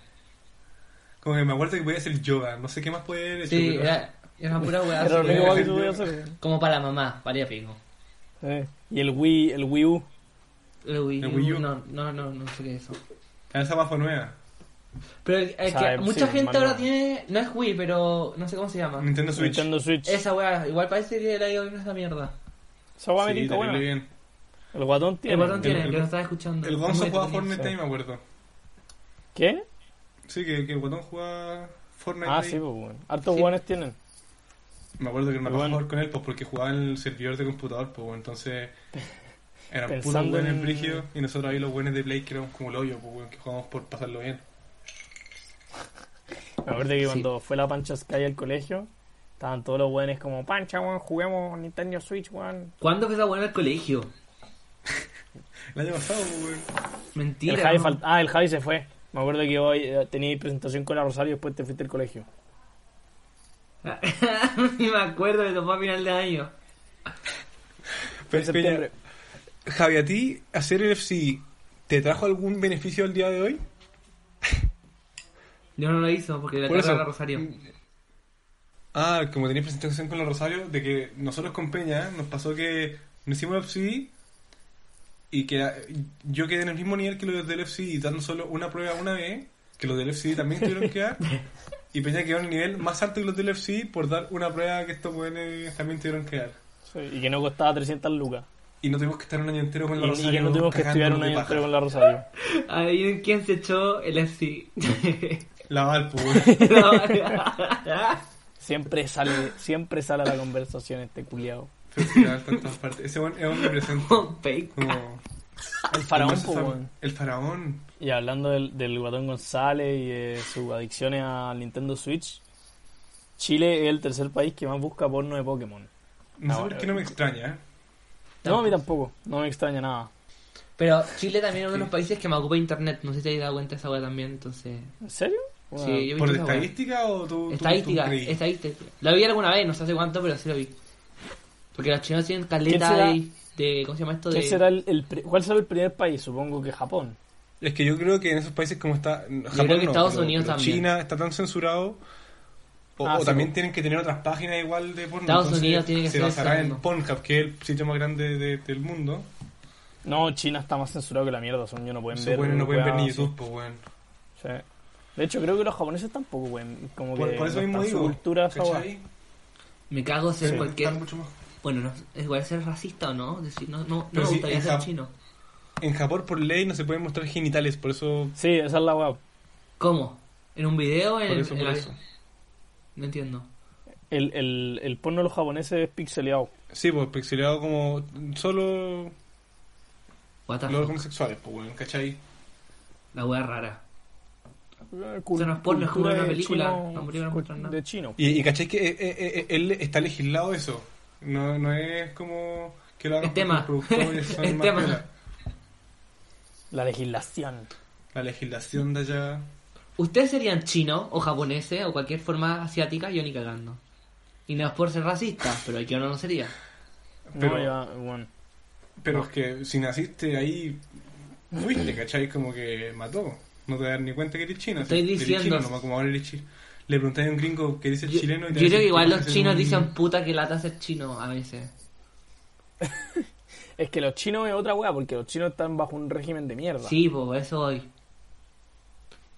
Como que me acuerdo que podía hacer yoga. No sé qué más podía haber hecho. Sí, pero- era, era una pura weá. Era lo así, único weón. que tuve que hacer, weón. Como para la mamá, valía pico. Eh, Y el Wii, el Wii U. El Wii, El Wii U. No, no, no, no sé qué es eso. Era esa bajo nueva. Pero es que Sabe, mucha sí, gente mano. ahora tiene. No es Wii, pero no sé cómo se llama. Nintendo Switch. Nintendo Switch. Esa weá, igual parece que la iba a esa mierda. Esa weá me Sí, tinca terrible buena. bien. El guatón tiene. El botón tiene, el- que lo estaba escuchando. El Muy Gonzo jugaba entretenido. Fortnite, sí. y me acuerdo. ¿Qué? Sí, que, que el guatón jugaba Fortnite. Ah, ahí. sí, pues, weón. Hartos Sí. guanes tienen. Me acuerdo que me Pero acabo de bueno. jugar con él pues, porque jugaba en el servidor de computador, pues, entonces eran puros Pensando buenos en- brígidos y nosotros ahí los buenos de Play que éramos como el hoyo, pues, weón, que jugábamos por pasarlo bien. Me acuerdo que cuando fue la Pancha Sky al colegio, estaban todos los weones como, Pancha, weón, juguemos Nintendo Switch, weón. ¿Cuándo fue esa weá al colegio? El año pasado, pues, weón. El Mentira. Javi ¿no? fal- Ah, el Javi se fue. Me acuerdo que hoy eh, tenías presentación con la Rosario y después te fuiste al colegio. Ni me acuerdo, me tocó a final de año. En Pero, septiembre. Peña, Javi, ¿a ti hacer el FC te trajo algún beneficio al día de hoy? Yo no lo hizo porque la Por carga eso. Mm. la Rosario. Ah, como tenéis presentación con los Rosario, de que nosotros con Peña nos pasó que nos hicimos el FC y que ah, yo quedé en el mismo nivel que los del FC y dando solo una prueba una vez, que los del FC también tuvieron que dar. Y Peña quedó en el nivel más alto que los del FC por dar una prueba que estos jóvenes también tuvieron que dar. Sí, y que no costaba 300 lucas. Y no tuvimos que estar un año entero con Y, los y Rosario. que no tuvimos que estudiar un cagándonos de año paja. entero con la Rosario. Adivinen quién se echó el FC. La pues, Valpo, güey. Siempre sale, siempre sale a la conversación este culiao. Pero sí, la Valpo en todas partes. Ese buen es omnipresente. Fake. Como... El faraón, Además, po, esa- weón. El faraón. Y hablando del, del Guatón González y de sus adicciones al Nintendo Switch, Chile es el tercer país que más busca porno de Pokémon. No Ah, sé por bueno. qué no me extraña, ¿eh? No, a mí tampoco, no me extraña nada. Pero Chile también es uno de los países que me ocupa internet. No sé si te has dado cuenta de esa weá también, entonces. ¿En serio? Wow. Sí, yo he ¿Por visto esa weá. estadística o tú- tú, tú Estadística, creí? estadística. La vi alguna vez, no sé hace cuánto, pero sí lo vi. Porque los chinos tienen caleta de, ¿Quién de. ¿Cómo se llama esto? ¿Quién De, será el, el pri- ¿Cuál será el primer país? Supongo que Japón. Es que yo creo que en esos países como está... Japón creo que no, Estados pero- Unidos pero también. China está tan censurado. O, Ah, o sí, también po. tienen que tener otras páginas igual de porno. Estados entonces Unidos tiene que se ser basará en segundo. Pornhub, que es el sitio más grande de- del mundo. No, China está más censurado que la mierda, son yo no pueden Esos ver. güeyes no pueden ver ni weas, YouTube, pues, weón. sí. De hecho, creo que los japoneses tampoco, pueden Como que Por, por no está eso mismo en su digo, cultura esa wea. ¿cachai? Me cago ser Sí, cualquier. están mucho más- Bueno, no, es igual ser racista o no. Decir, no, no, no Pero me sí, gustaría en ser Jap- chino. En Japón, por ley, no se pueden mostrar genitales, por eso... Sí, esa es la web. ¿Cómo? ¿En un video? Por ¿En, eso, en por la- eso. No entiendo. El, el, el porno de los japoneses es pixeleado. Sí, pues pixelado como solo What the los fuck, homosexuales, pues, weón, ¿cachai? La wea rara. Eh, Eso no es porno, es como cultura una de película. chino- No, película no muestran nada. de chino. Y, y cachai que eh, eh, eh, él está legislado eso. No, no es como que lo hagan Es tema. porque los productores son Es más tema. piola. La legislación. La legislación de allá. ¿Ustedes serían chinos o japoneses o cualquier forma asiática? Yo ni cagando. Y no es por ser racista, pero yo no lo sería. Pero, no, ya, bueno. pero es que si naciste ahí, fuiste, cachai, como que mató. No te das ni cuenta que eres chino. Estoy si eres diciendo- chino, nomás como ahora eres chi- Le preguntáis a un gringo que dice Yo, chileno yo y te va a creo decir que igual tú los eres chinos un- dicen puta que lata ser chino a veces. Es que los chinos es otra wea, porque los chinos están bajo un régimen de mierda. Sí, por eso voy.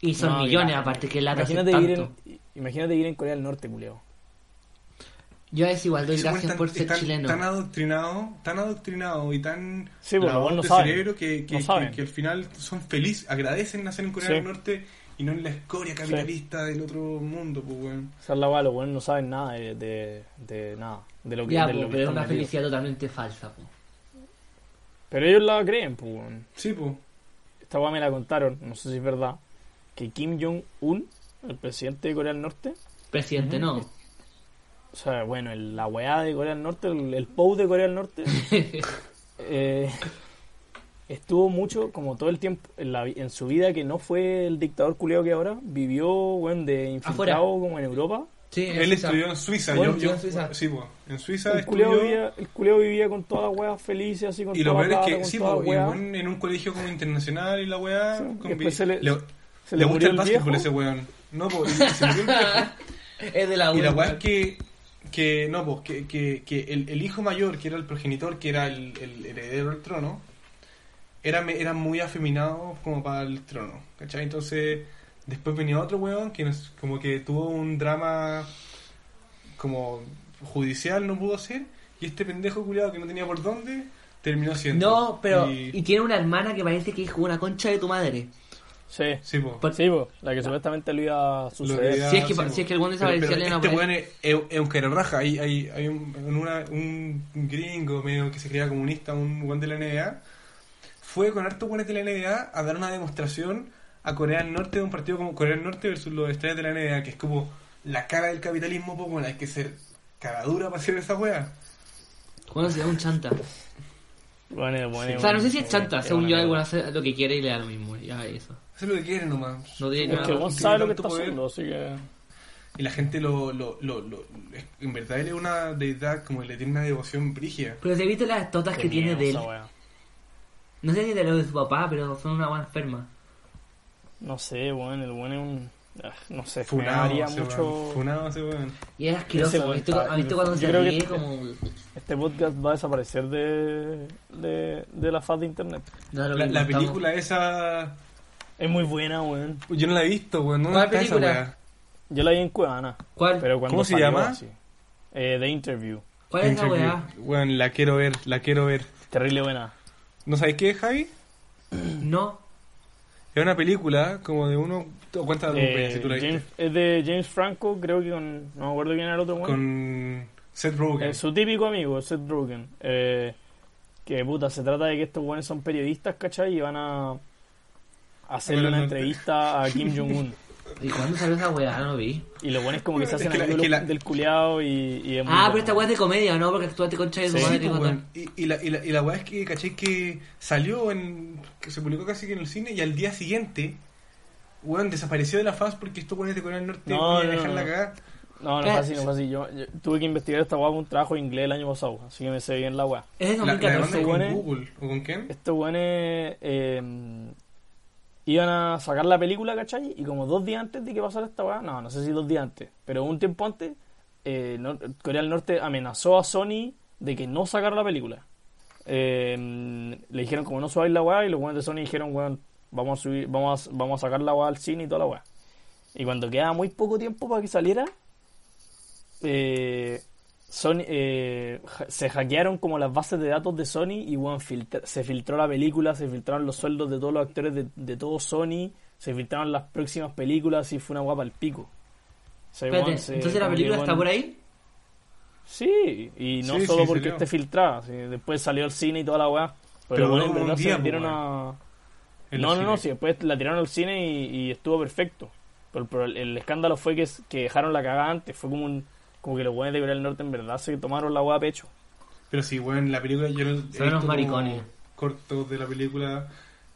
Y son No, que millones, la- aparte que lata ser Imagínate tanto. vivir, en, imagínate vivir en Corea del Norte, culeo. Yo es igual doy Esos gracias güeyes por tan- ser están chileno. Tan adoctrinado, tan adoctrinado y tan Sí, porque lavados igual no de saben. cerebro que, que, No que- saben. que al final son felices, agradecen nacer en Corea Sí. del Norte y no en la escoria capitalista del otro mundo, pues weón. O sea, la wea, los weones no saben nada de, de, de nada. De lo que, Ya, de po, lo que pero es están una metidos. felicidad totalmente falsa. po. Pero ellos la creen, pues. weón. Sí, pues. Esta wea me la contaron, no sé si es verdad. Que Kim Jong-un, el presidente de Corea del Norte, Presidente, no. o sea, bueno, el- la weá de Corea del Norte, el, el POU de Corea del Norte, eh, estuvo mucho, como todo el tiempo, en, la vi- en su vida, que no fue el dictador culiao que ahora, vivió, weón, de Afuera. infiltrado como en Europa. Sí, Él Suiza. estudió en Suiza. Bueno, yo- estudió yo- en Suiza. Sí, po. En Suiza El culiao, estudió- vivía, el culiao vivía con todas las weas felices, así con Y lo toda peor es plata, que, con sí, toda po, y wea. weón en un colegio como internacional y la weá. Sí, con y después vi- se le- le, se le le gusta murió el el básquetbol viejo. ese weón. No, po, y se murió el viejo. Es de la Y la U. weá es que, que no, pues, que, que, que el, el hijo mayor, que era el progenitor, que era el, el heredero del trono, era, me- era muy afeminado como para el trono, ¿cachai? Entonces, después venía otro weón que nos- como que tuvo un drama como judicial, no pudo ser, y este pendejo culiado que no tenía por dónde, terminó siendo. No, pero. Y- Y tiene una hermana que parece que es como una concha de tu madre. Sí, sí, po. Por- sí, po, la que supuestamente lo iba a Lo suceder. que Si es que- hacemos. si es que el weón Pero- desapareció, pero le van a Este poner- weón es, es, es un jerarraja. Hay, hay, hay un, en una- un gringo medio que se creía comunista, un weón de la NBA. Fue con harto weones de la NBA a dar una demostración a Corea del Norte de un partido como Corea del Norte versus los estrellas de la NBA, que es como la cara del capitalismo, poco hay que ser cagadura para hacer esa wea. Cuando se da un chanta. Bueno, bueno, O bueno, sea, no sé si bueno, es chanta, bueno, según yo, bueno. alguna hace lo que quiere y le da lo mismo. Ya, eso. Eso es lo que quieren nomás. No tiene Es que el nada. weón sabe lo que está Tanto poder. haciendo, así que. Y la gente lo, lo, lo, lo- es- En verdad él es una deidad, como le tiene una devoción brígida. Pero te viste las totas que Qué tiene miedo de él. esa wea. No sé si de lo de su papá, pero son una buena enferma. No sé, weón, el weón es un. ah, No sé, me Funado, daría ese mucho. weón. Funado ese weón. Y es Ese asqueroso. weón ¿Has visto, está- has visto cuando yo se creo que- ríe como. Este podcast va a desaparecer de, de, de la faz de internet. No, lo La, que la contamos. película esa. Es muy buena, weón. Yo no la he visto, weón. ¿Dónde ¿Cuál está esa película? weá? Yo la vi en Cuevana. ¿Cuál? Pero cuando ¿Cómo se salió, llama? así. Eh, The Interview. ¿Cuál es la Interview. weá? Weón, la quiero ver, la quiero ver. Terrible buena. ¿No sabéis qué es, Javi? No. Es una película como de uno. Cuenta de Eh, pues, si tú la James- viste. es de James Franco, creo que con. No me acuerdo quién era el otro, weón. Con Seth Rogen. Eh, su típico amigo, Seth Rogen. Eh, que puta, se trata de que estos weones son periodistas, ¿cachai? Y van a hacerle Bueno, una no te- entrevista a Kim Jong-un. ¿Y cuándo salió esa weá? No vi. Y los weones como que se Es hacen que la- es amigos que la- del culiao y, y es muy Ah, buena. pero esta weá es de comedia, ¿no? Porque actuaste concha de tu Sí, Sí, madre. pues, Jota. weón. Y, y la, y, la, y la weá es que, caché que salió en. que se publicó casi que en el cine y al día siguiente. Weón, desapareció de la faz porque estos weones de Corea del Norte No, iban a no, dejarla no. cagar. No, no Eh. fue así, no fue así. Yo, yo tuve que investigar esta weá para un trabajo de inglés el año pasado, así que me sé bien la weá. Es de La, la 2014. demanda con weones- Google. ¿O con quién? Estos weones eh, iban a sacar la película, ¿cachai? Y como dos días antes de que pasara esta weá, no, no sé si dos días antes, pero un tiempo antes, eh, no- Corea del Norte amenazó a Sony de que no sacara la película. Eh, le dijeron como no subáis la weá y los weones de Sony dijeron, weón, vamos a subir, vamos a, vamos a sacar la weá al cine y toda la weá. Y cuando quedaba muy poco tiempo para que saliera, eh, Sony, eh, ja- se hackearon como las bases de datos de Sony y weón, filtra- se filtró la película, se filtraron los sueldos de todos los actores de, de todo Sony, se filtraron las próximas películas y fue una guapa al pico. O sea, Espérate, weón, se- entonces la como que, película está weón, por ahí. Sí, y no Sí, solo sí, porque salió. esté filtrada, sí, después salió al cine y toda la weá. Pero, Pero bueno, en duró como verdad un se día, metieron pues, a... En No, los no, no, cines. sí, después la tiraron al cine y, y estuvo perfecto. Pero, pero el, el escándalo fue que, s- que dejaron la cagada antes. Fue como un, como que los buenos de Corea del Norte en verdad se tomaron la hueá a pecho. Pero sí, weón, la película yo no- he visto unos como maricones. cortos de la película,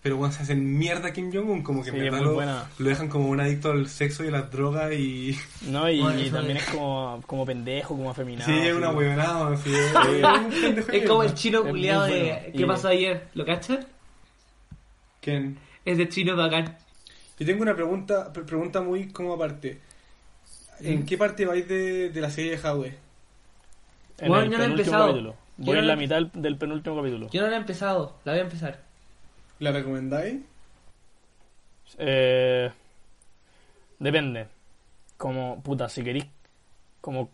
pero weón se hacen mierda a Kim Jong-un, como que en Sí, es verdad muy lo, buena. lo dejan como un adicto al sexo y a las drogas y... ¿No? Y, Bueno, y eso también es. es como, como pendejo, como afeminado. sí, es así una como- huevonada, así es un pendejo de Es como el mierda. chino Es muy culiado de. bueno. ¿Qué Y- pasó ayer? ¿Lo cachan? ¿Quién? Es de chino bacán. Yo tengo una pregunta, pre- pregunta muy como aparte. Mm. ¿En qué parte vais de, de la serie de Howe? En Bueno, el yo no penúltimo he empezado. capítulo. Yo Voy no en la he- mitad del, del penúltimo capítulo. Yo no la he empezado, la voy a empezar. ¿La recomendáis? Eh, depende. Como, puta, si queréis como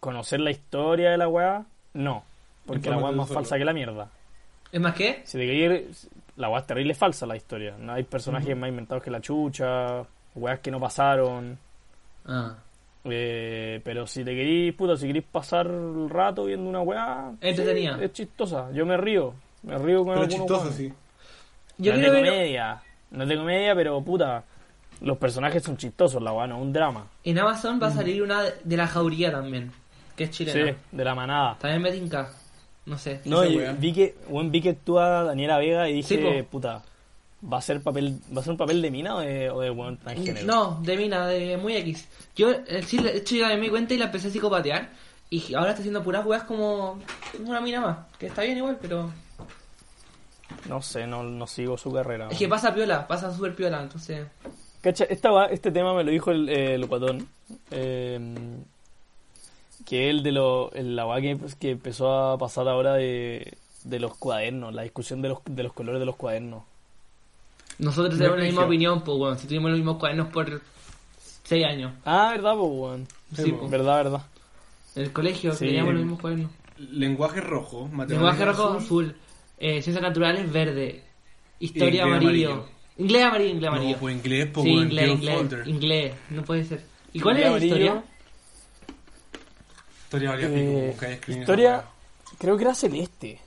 conocer la historia de la weá, no. Porque la weá es más Infórmate tú falsa solo. que la mierda. ¿Es más qué? Si te queréis, la weá es terrible falsa la historia. No hay personajes más inventados que la chucha, weas que no pasaron. Ah. Eh, pero si te querís, puta, si querís pasar el rato viendo una weá, Entretenida. es chistosa. Yo me río. Me río con Pero algunos chistoso, weones. sí. Yo no es quiero de ver. comedia. No es de comedia, pero puta. Los personajes son chistosos, la weá, no es un drama. En Mm. Amazon va a salir una de la jauría también, que es Sí, chilena. de la manada. También me tinca. No sé. No, Esa yo weá. vi que, weón, vi que actúa Daniela Vega y Sí, dije, po. puta, ¿va a ser papel va a ser un papel de mina o de, o de weón transgénero? No, de mina, de muy X. Yo, eh, sí, de hecho, ya me di cuenta y la empecé a psicopatear. Y ahora está haciendo puras weas como una mina más. Que está bien igual, pero. No sé, no, no sigo su carrera. Es weón. que pasa piola, pasa súper piola, entonces. Cacha, esta va- este tema me lo dijo el, eh, el guatón, eh, que el de lo, el- la weá que, pues, que empezó a pasar ahora de, de los cuadernos, la discusión de los, de los colores de los cuadernos. Nosotros No tenemos la es misma rígido. opinión, pues, weón. Si tuvimos los mismos cuadernos por 6 años. Ah, verdad, po, weón. Sí, Sí, po. po. Verdad, verdad. En el colegio Sí. teníamos los mismos cuadernos. Lenguaje rojo, matemáticas Lenguaje rojo, azul. Eh, ciencias naturales, verde. Historia, inglés amarillo. amarillo. Inglés, amarillo, inglés, amarillo. No, pues inglés, pues sí, weón, inglés, tiene un inglés, folder. inglés. No puede ser. ¿Y cuál era Inglés, la historia? amarillo. Historia varias pico, Eh, como que hay escribido en esa historia, weá. creo que era celeste.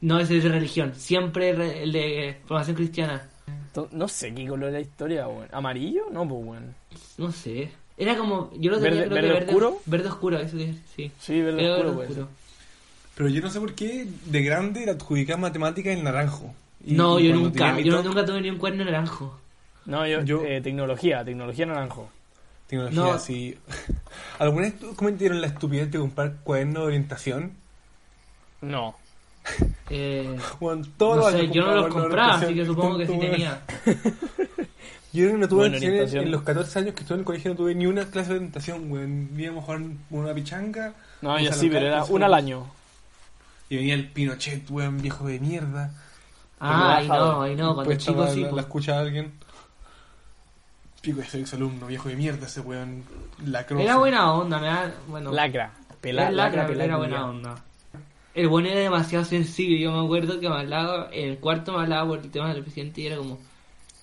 No, ese es de religión. Siempre re- el de formación cristiana. To- No sé qué color era la historia, weón. ¿Amarillo? No, pues, weón. No sé. Era como. Yo lo tenía Verde- creo que verde oscuro. Verde oscuro, eso es, sí. Sí, verde Era oscuro, pues. Pero yo no sé por qué de grande le adjudicaba matemáticas el naranjo. Y- No, y yo cuando nunca. tenía Yo mi top, nunca tuve ni un cuerno naranjo. No, yo, Yo- eh, tecnología, tecnología naranjo. Tecnología, No. sí. ¿Alguna vez tú cometieron la estupidez de comprar cuadernos de orientación? No. Eh, Bueno, todos no los sé, años yo no los cuadernos de compraba, orientación, así que qué supongo que sí tonto, weón. tenía. Yo no tuve Bueno, en- en, orientación. en los 14 años que estuve en el colegio no tuve ni una clase de orientación, weón. Íbamos a jugar una pichanga. No, íbamos yo a sí, la pero era carta, una al weón. año. Y venía el Pinochet, weón, viejo de mierda. Ah, ahí bajaba. no, ahí no, cuando Puesta chico la- sí. pues. la, po. la escucha alguien. Pico, soy ex alumno, viejo de mierda ese weón. La croce. Era buena onda, me da. Bueno, Lacra. Pela, era lacra, lacra, pero pela, era culiao. buena onda. El bueno era demasiado sensible. Yo me acuerdo que me hablaba, en el cuarto me hablaba por el tema del presidente y era como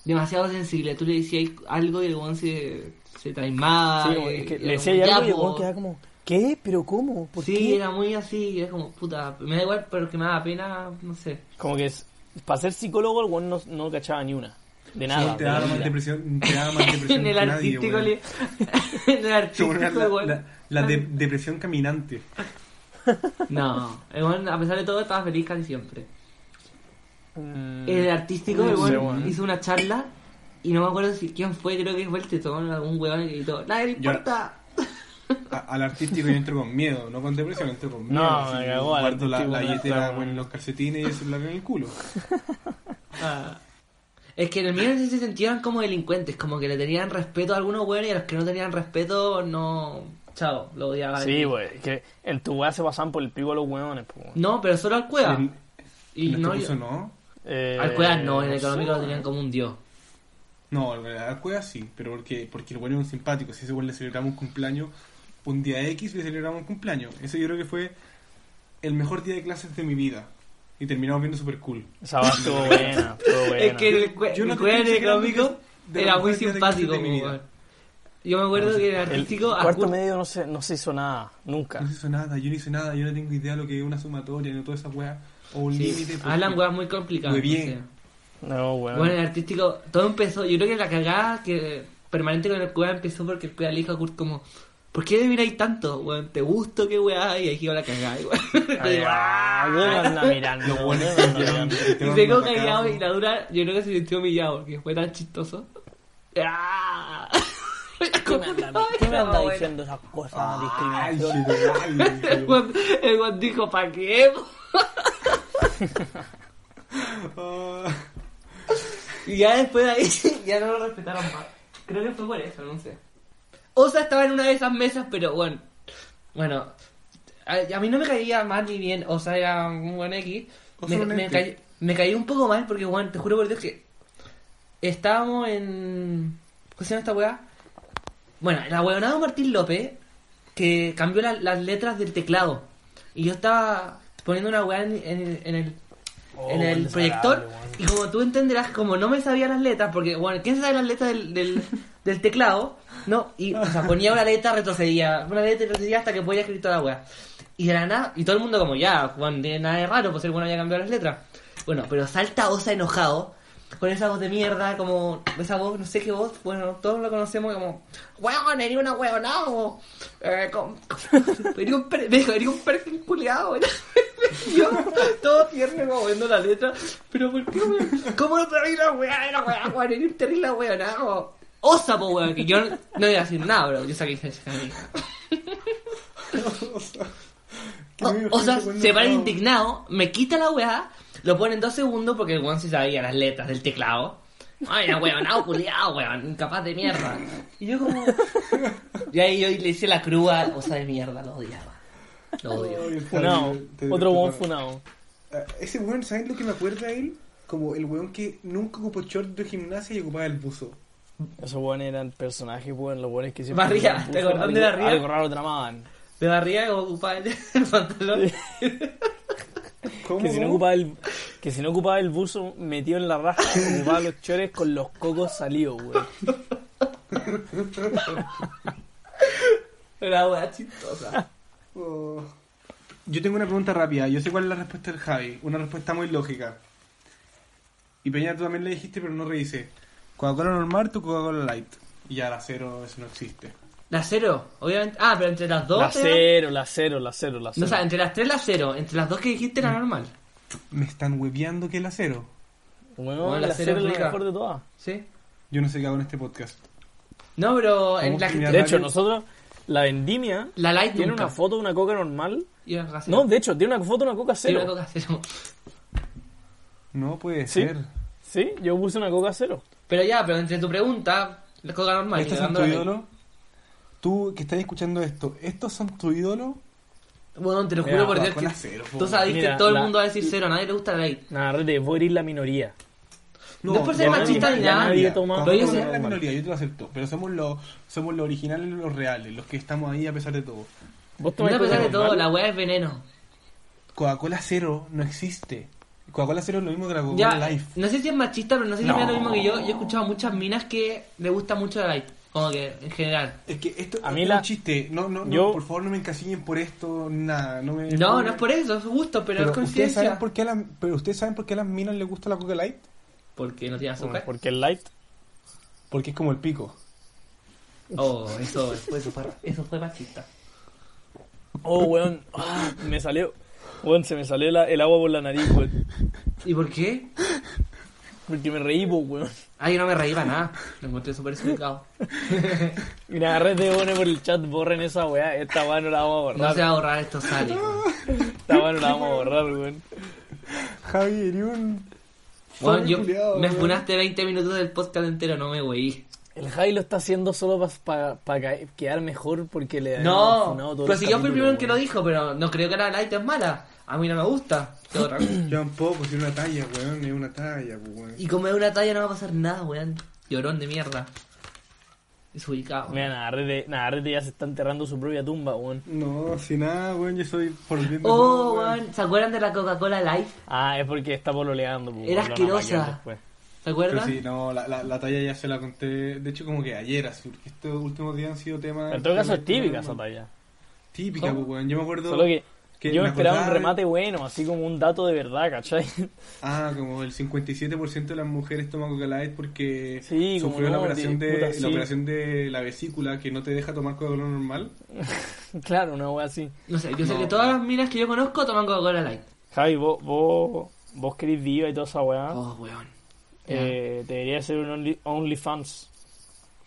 demasiado sensible. Tú le decías algo y el buen se, se taimaba. Sí, y- es que y le era decía como, ahí "Ya, algo y el po". weón quedaba como, ¿qué? ¿Pero cómo? ¿Por Sí, qué? era muy así. y Era como, puta, me da igual, pero que me da pena, no sé. Como que es, para ser psicólogo el weón no, no cachaba ni una. De nada. Mm. Sí, te de daba la más vida. depresión, te daba más depresión en el que nadie, artístico, weón. le- en el Se artístico, volvía la, el weón- la- la de- depresión caminante. No, el weón, a pesar de todo, estaba feliz casi siempre. Mm, El artístico el No sé, weón, weón. hizo una charla y no me acuerdo si quién fue, creo que fue el tetón, algún weón y gritó, nadie le Yo- importa. A- al artístico yo entro con miedo, no con depresión, entro con miedo. No, me cagó al guardo la, artístico, la no, billetera no. weón, en los calcetines y el celular en el culo. Ah. Es que en el mío sí se sentían como delincuentes, como que le tenían respeto a algunos weones y a los que no tenían respeto, no. Chao, lo odiaba. Sí, güey. Que en tu weá se pasaban por el pico los weones, pues, weón. No, pero solo al cueva. En, y en nuestro no, curso yo- no. Eh, al cueva no, en el sé, económico lo weón. tenían como un dios. No, en la cueva sí, pero porque, porque el bueno es un simpático. Si a ese bueno le celebramos un cumpleaños, un día X le celebramos un cumpleaños. Ese yo creo que fue el mejor día de clases de mi vida. Y terminamos viendo super cool. Esa va estuvo buena, estuvo buena. Es que el, cue- Yo no el te cueva en estoy el exagerando económico que es de era los muy mejores días de simpático, clases de mi como vida. weón. Yo me acuerdo que el El artístico. cuarto acu- medio no se, no se hizo nada, nunca. No se hizo nada, yo no hice nada, yo no tengo idea de lo que es una sumatoria, no toda esa weá. O un Sí, límite. porque- Hablan weas muy complicadas. Muy no bien. sé. No, weón. Bueno, el artístico, todo empezó, yo creo que la cagada que permanente con el cueva empezó porque el cueva le dijo a Kurt como, ¿por qué miráis tanto? Weón, te gusto, qué weá, y ahí iba la cagada, igual. Ay, ah, weón, anda mirando, Los weón, buenos anda llevan- mirando. y llevan se quedó una callado cara- y la dura, yo creo que se sintió humillado porque fue tan chistoso. ¡Ah! ¿Qué me anda, qué me anda diciendo esas cosas? Ah, Ay, Discriminación. sí, El ay, Ah, weón- el weón dijo, ¿pa' qué? po?". ah. Y ya después de ahí ya no lo respetaron más. Creo que fue por eso, no sé. Osa estaba en una de esas mesas, pero bueno. Bueno, a, a mí no me caía mal ni bien. Osa era un buen X. Osa Me, era un me, X. caí- me caí un poco mal porque, bueno, te juro por Dios que estábamos en. ¿Cómo se llama esta weá? Bueno, la weonada de Martín López que cambió la- las letras del teclado. Y yo estaba poniendo una weá en, en- en el Oh, en el desagradable, proyector. weón. Y como tú entenderás, como no me sabía las letras, porque, bueno, ¿quién se sabe las letras del, del, del teclado? No, y, o sea, ponía una letra, retrocedía, una letra, retrocedía hasta que podía escribir toda la wea. Y de la nada, y todo el mundo como, ya, Juan, de nada de raro, pues el bueno había cambiado las letras. Bueno, pero salta Osa enojado, con esa voz de mierda, como, esa voz, no sé qué voz, bueno, todos lo conocemos como, weón, eres una weón, no, eh, como- eres un, per- me dijo, eres un perfil culiado, Yo, todo tierno, como viendo la letra. Pero ¿por qué, weón? ¿Cómo no traí la weá? La weá, weón, era un terrible weá, nada, como, Osa, po, weón, que yo no, no iba a decir nada, bro. Yo saqué licencia de mi hija. O- O sea, se para indignado, me quita la weá, lo pone en dos segundos porque el weón sí sabía las letras del teclado. Ay, weón, no, culiao, weón, incapaz de mierda. Y yo como... Y ahí yo le hice la crúa, o sea, de mierda, lo odiaba. Lo odio. Funao. Otro buen funao. Ah, Ese weón, ¿sabes lo que me acuerda a él? Como el weón que nunca ocupó short de gimnasia y ocupaba el buzo. Esos buenos eran personajes, bueno, los buenos que siempre... Barriga, usaban ¿te buzo, acordás de algo- Barriga? Algo raro tramaban. De barriga como ocupaba el el pantalón. ¿Cómo? Que si, no cómo? ocupaba el, que si no ocupaba el buzo metido en la raja, ocupaba los chores con los cocos salidos, güey. Era weá chistosa. Oh. Yo tengo una pregunta rápida. Yo sé cuál es la respuesta del Javi. Una respuesta muy lógica. Y Peña, tú también le dijiste, pero no revisé. Coca-Cola normal, tu Coca-Cola light. Y ya la cero, eso no existe. La cero, obviamente. Ah, pero entre las dos. La era- cero, la cero, la cero, la No, cero. o sea, entre las tres la cero. Entre las dos que dijiste Mm. era normal. Me están hueveando que es la cero. Bueno, Bueno, la cero es la rica. mejor de todas. ¿Sí? Yo no sé qué hago en este podcast. No, pero en Vamos la a gente. De Nadie- hecho, nosotros, la vendimia La light tiene nunca. una foto de una coca normal. Y una coca cero. No, de hecho, tiene una foto de una coca Y una cero. coca cero. No puede ¿Sí? ser. Sí, yo puse una coca cero. Pero ya, pero entre tu pregunta, la coca normal. y ¿Estos son dando tu la- ídolo? Tú que estás escuchando esto, ¿estos son tu ídolo? Bueno, te lo Mira, juro por Dios. Coca-Cola que- cero, po. Tú sabes que Mira, todo el la- mundo va a decir cero. A nadie le gusta la light. Nada, rete, voy a herir la minoría. No es por ser machista ni ya nada. nadie toma- Coca-Cola Pero yo es sé- la minoría, yo te lo acepto. Pero somos los, somos los originales, los reales, los que estamos ahí a pesar de todo. Vos No, tomás a coca pesar de todo, normal. la weá es veneno. Coca-Cola cero no existe. Coca-Cola cero es lo mismo que la Ya, Coca-Cola Life. no sé si es machista, pero no sé si No. me da lo mismo que yo. Yo he escuchado muchas minas que le gusta mucho la light, como que en general. Es que esto A mí es la- un chiste. No, no, no, Yo- por favor no me encasillen por esto, nada. No, me- No, no es por eso, es gusto, pero, es ¿ustedes saben conciencia. por qué a la- pero ustedes saben por qué a las minas les gusta la Coca Light? Porque no tiene azúcar. Porque el light... Porque es como el pico. Oh, eso, fue- eso, fue, eso fue machista. Oh, weón. Ah, me salió... Weón, se me salió la- el agua por la nariz, weón. ¿Y por qué? Porque me reí, po, weón. Ay, yo no me reí para nada. Lo encontré súper explicado. Mira, rete, weón, por el chat, borren esa weá. Esta weá no la vamos a No borrar. se va a borrar esto, sale. Esta weá no la vamos a borrar, weón. Javi, eres un... Bueno, yo Culeado, me weón. funaste 20 minutos del podcast entero, no me weí. El Jai lo está haciendo solo para quedar mejor porque le No, habíamos funado todo pero el si yo fui el capítulo, primero en que lo weón. dijo, pero no creo que la light es mala. A mí no me gusta. Qué otra cosa. Yo tampoco, si es una talla, weón, es una talla, pues, weón. Y comer una talla no va a pasar nada, weón. Llorón de mierda. Desubicado. Mira, Navarrete, Navarrete ya se está enterrando su propia tumba, weón. No, si nada, weón, yo soy por el bien de Oh, todo, weón. ¿Se acuerdan de la Coca-Cola Light? Ah, es porque está pololeando, pues, weón, lo Era van a asquerosa. maquiar después. ¿Se Pero acuerdan? sí, no, la, la, la talla ya se la conté, de hecho como que ayer, así, porque estos últimos días han sido temas... Pero en todo caso es temas- típica esa talla. Típica, pues, weón, yo me acuerdo... Solo que que yo me esperaba un acordaba de- remate bueno, así como un dato de verdad, ¿cachai? Ah, como el 57% de las mujeres toman Coca-Light porque Sí, como sufrió la, no, operación de- de, puta, la sí. operación de la vesícula que no te deja tomar Coca-Cola normal. claro, una wea así. No sé, yo sé No. que todas las minas que yo conozco toman Coca-Cola Light. Javi, vos, vos, vos querés diva y toda esa weá. Oh, weón. eh, te debería ser un only- OnlyFans.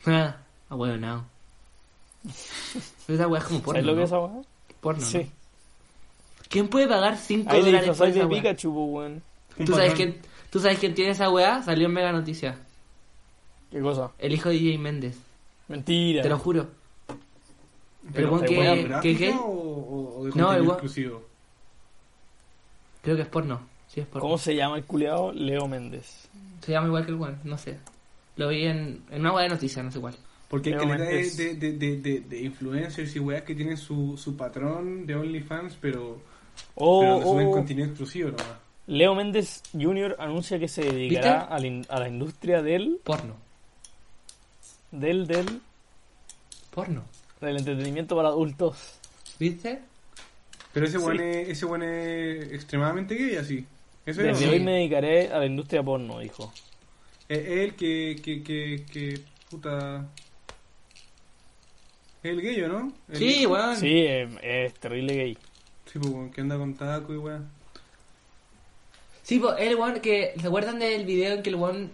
Ah, ah, weón, no. Esa weá es como porno. ¿Sabes lo que ¿no? es esa weá? Porno. Sí. ¿no? ¿Quién puede pagar 5 Ahí le dólares por disfrazáis esa de weá? Pikachu, pues, weón. Un ¿Tú sabes, patrón. quién, ¿Tú sabes quién tiene esa weá? Salió en Mega Noticias. ¿Qué cosa? El hijo de DJ Méndez. Mentira. Te lo juro. ¿Pero weón de que- buena que- gráfica que- o, o- o de No, contenido el weón- exclusivo? Creo que es porno. Sí, es porno. ¿Cómo se llama el culeado? Leo Méndez. Se llama igual que el weón, no sé. Lo vi en, en una weá de noticias, no sé cuál. Porque hay Leo calidad de, Méndez. de, de, de, de- de influencers y weas que tienen su, su patrón de OnlyFans, pero, pero Oh, le suben oh, contenido exclusivo nomás. Leo Méndez Jr. anuncia que se dedicará ¿Viste? a la, in- a la industria del, Porno. del, del, Porno. del entretenimiento para adultos. ¿Viste? Pero ese Sí. weón es, ese weón es extremadamente gay, así. Eso es Desde Sí. hoy me dedicaré a la industria porno, dijo. Es él que, que, que, que, puta... Es el gay, ¿o no? El- Sí, weón. Sí, eh, es terrible gay. Sí, pues, weón, que anda con taco y weón. Sí, pues el weón que. ¿Se acuerdan del video en que el weón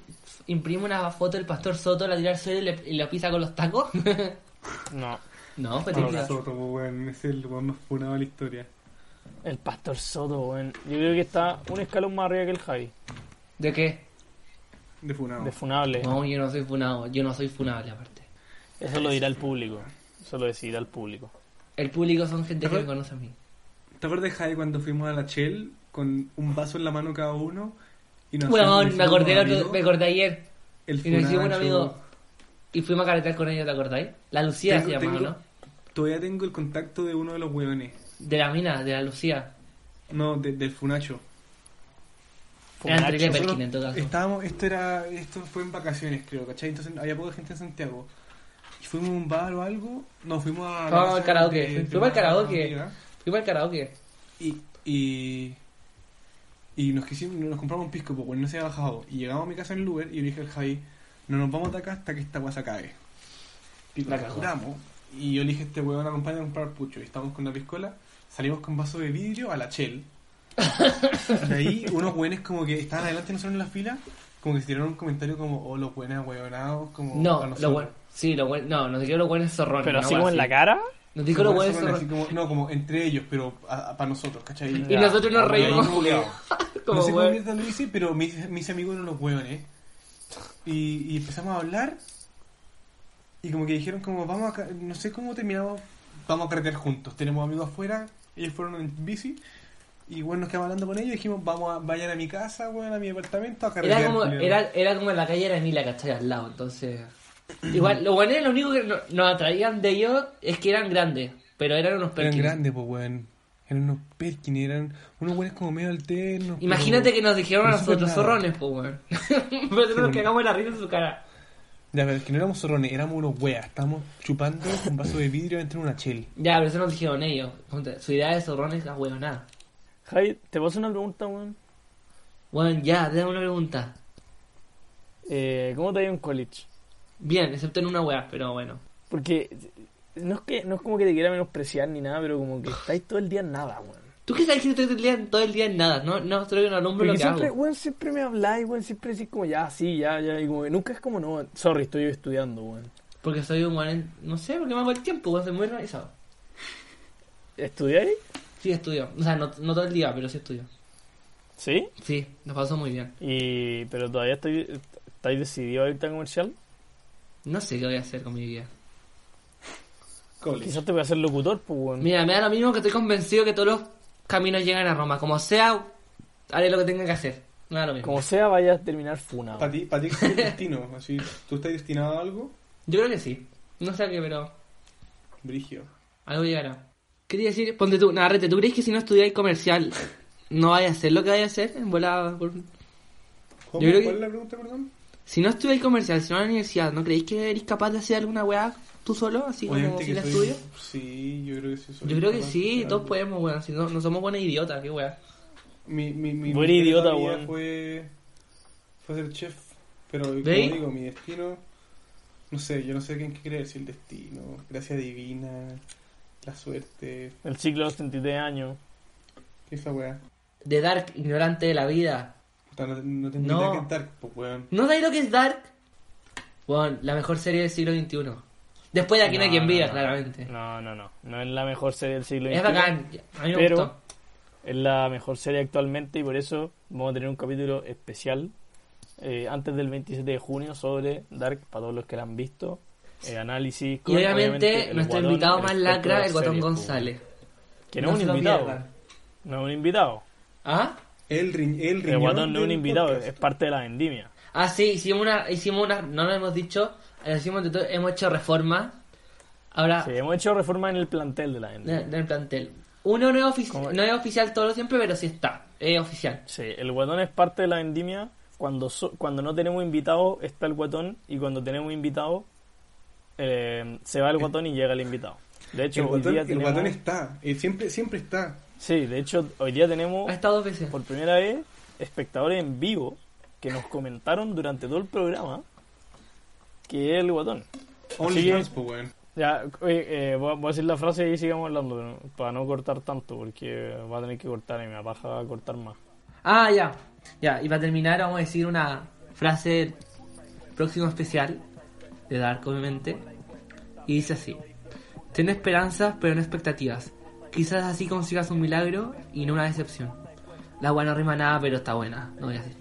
imprime una foto del pastor Soto, la tira al suelo y le, y la pisa con los tacos? No. no, fue Pablo típico. Soto, pues, weón. Es el weón más funado de la historia. El Pastor Soto, weón. Yo creo que está un escalón más arriba que el Javi. ¿De qué? De funado. De funable. No, yo no soy funado, yo no soy funable aparte. Eso lo dirá el público. Eso lo decidirá el público. El público son gente que Ajá. me conoce a mí. ¿Te acuerdas, Jai, cuando fuimos a la Shell con un vaso en la mano cada uno? Y nos hacíamos- Weón, nos me hicimos acordé, el otro- amigos? me acordé ayer. El Y nos hicimos un Funacho. amigo. Y fuimos a carretear con ellos, ¿te acordáis? La Lucía Tengo- se llamaba, tengo- ¿no? Todavía tengo el contacto de uno de los weones. De la mina, de la Lucía. No, de- del Funacho. Eran tres Funacho. de Perkin en todo caso. Estábamos, esto era, esto fue en vacaciones, creo, ¿cachai? Entonces había poca gente en Santiago. Y fuimos a un bar o algo, no, fuimos a... la Fuimos al casa karaoke, de- de fuimos al una karaoke. amiga. Fuimos al karaoke. Y, y, y nos quisimos, nos compramos un pisco, porque no se había bajado. Y llegamos a mi casa en el Uber y yo le dije al Javi, no nos vamos de acá hasta que esta guasa cae. Y La la cagó. juramos. Y yo le dije, este weón acompaña a comprar pucho. Y estamos con la piscola, salimos con vaso de vidrio a la chel. De ahí, unos weones como que estaban adelante de nosotros en la fila, como que se tiraron un comentario como, oh, los buenas weonados, como... No, a lo nosotros. bueno. Sí, lo bueno. No, nos dijeron los buenos zorrones. Pero una así wea como en la cara. Nos dijo los Como buenos eso, bueno, así zorrones. como- no, como entre ellos, pero para nosotros, ¿cachai? Y nosotros nos Ya, reímos. no Como sé cómo wea. mierda lo hice, pero mis, mis amigos eran unos hueones. Y, y empezamos a hablar. Y como que dijeron, como vamos a. ca- No sé cómo terminamos. Vamos a carretear juntos. Tenemos amigos afuera. Ellos fueron en bici. Y bueno, nos quedamos hablando con ellos. Dijimos, vamos a, vayan a mi casa, weón, a mi apartamento a carretear. Era como, culiao. era, era como en la calle era Mila, ¿cachai? Al lado, entonces. Igual, lo bueno es lo único que no- nos atraían de ellos es que eran grandes, pero eran unos Eran perkins. grandes, pues, weón. Eran unos perkins, eran unos hueones como medio alternos. Imagínate pero- que nos dijeron a pero súper nosotros nada. zorrones, pues, weón. Nosotros nos cagamos la risa en su cara. Ya, pero es que no éramos zorrones, éramos unos weas. Estábamos chupando un vaso de vidrio dentro de una chel. Ya, pero eso nos dijeron ellos. Ponte, Su idea de zorrones es la nada. Javi, te paso una pregunta, weón. Bueno, ya, te hago una pregunta. Eh, ¿Cómo te ha ido en college? Bien, excepto en una weá, pero bueno. Porque no es que no es como que te quiera menospreciar ni nada, pero como que estáis todo el día en nada, weón. ¿Tú qué sabes que estoy todo el día, todo el día en nada? No, no, estoy en alumbro lo Porque que siempre, hago. weón, siempre me habláis, weón, siempre decís como ya, sí, ya, ya, y como que nunca es como no, sorry, estoy estudiando, weón. Porque soy un weón, en- no sé, porque me hago el tiempo, weón, soy muy organizado. ¿Estudiáis? Sí, estudio. O sea, no, no todo el día, pero sí estudio. Sí. Sí, nos pasó muy bien. Y pero todavía estoy estáis decidido a irte a comercial. No sé qué voy a hacer con mi vida. Quizás te voy a hacer locutor, pues weón. Mira, me da lo mismo que estoy convencido que todos los caminos llegan a Roma. Como sea, haré lo que tenga que hacer. Me da lo mismo. Como sea, vaya a terminar funado. Para ti, para ti es el destino, así, tú estás destinado a algo, Yo creo que sí. No sé a qué, pero brigio. algo llegará. Quería decir, ponte tú, Narrete, ¿tú crees que si no estudiáis comercial no vayas a hacer lo que vayas a hacer? En volada, por- ¿Cómo? Yo creo que- ¿Cuál es la pregunta, perdón? Si no estudiáis comercial, si no en la universidad, ¿no creéis que eres capaz de hacer alguna weá tú solo? Así como sin soy- estudio. Sí, yo creo que sí. soy Yo creo que capaz sí, de todos algo. podemos, weón. Si no, no somos buenos idiotas, qué weá. Mi, mi, mi, Buen mi idiota, meta weón. Fue, fue ser chef, pero como ¿Veis? digo, mi destino, no sé, yo no sé en qué creer, si el destino, gracia divina, la suerte, El ciclo de los 33 años. esa weá. De Dark, ignorante de la vida. Puta, No, no tengo No. idea que entrar, pues weón. ¿No sabéis lo que es Dark? Weón, la mejor serie del siglo XXI. Después de Aquí no hay quien viva, claramente. No, no, no. No es la mejor serie del siglo es XXI. bacán. A mí me pero- gustó. Es la mejor serie actualmente y por eso vamos a tener un capítulo especial eh, antes del 27 de junio sobre Dark para todos los que la han visto. eh, análisis. Y con, obviamente, el nuestro guatón, invitado el más experto de lacra, las el Guatón series, pues, González. Que no, es se un lo invitado. pierdan. No es un invitado. ¿Ah? El, ri, el El riñón guatón no es un del invitado, podcast. es parte de la vendimia. Ah, sí, hicimos una, hicimos una, no lo hemos dicho, hicimos de todo, hemos hecho reformas. Ah. Ahora, Sí, hemos hecho reforma en el plantel de la vendimia. en el plantel. Uno no es, ofici- ¿Cómo? no es oficial todo lo siempre, pero sí está, es oficial. Sí, el guatón es parte de la vendimia. Cuando, so- cuando no tenemos invitado está el guatón y cuando tenemos invitado eh, se va el guatón y llega el invitado. De hecho, El hoy guatón, día el tenemos... guatón está, eh, siempre, siempre está. Sí, de hecho, hoy día tenemos Ha Ah. estado dos veces. por primera vez espectadores en vivo que nos comentaron durante todo el programa que es el guatón. Así que OnlyFans, pues weón. Ya, oye, eh, voy, a, voy a decir la frase y sigamos hablando, pero para no cortar tanto, porque va a tener que cortar y me apaja cortar más. Ah, ya. Ya, y para terminar vamos a decir una frase del próximo especial de Dark, obviamente. Y dice así. Ten esperanzas, pero no expectativas. Quizás así consigas un milagro y no una decepción. La buena no rima nada, pero está buena. No voy a decir.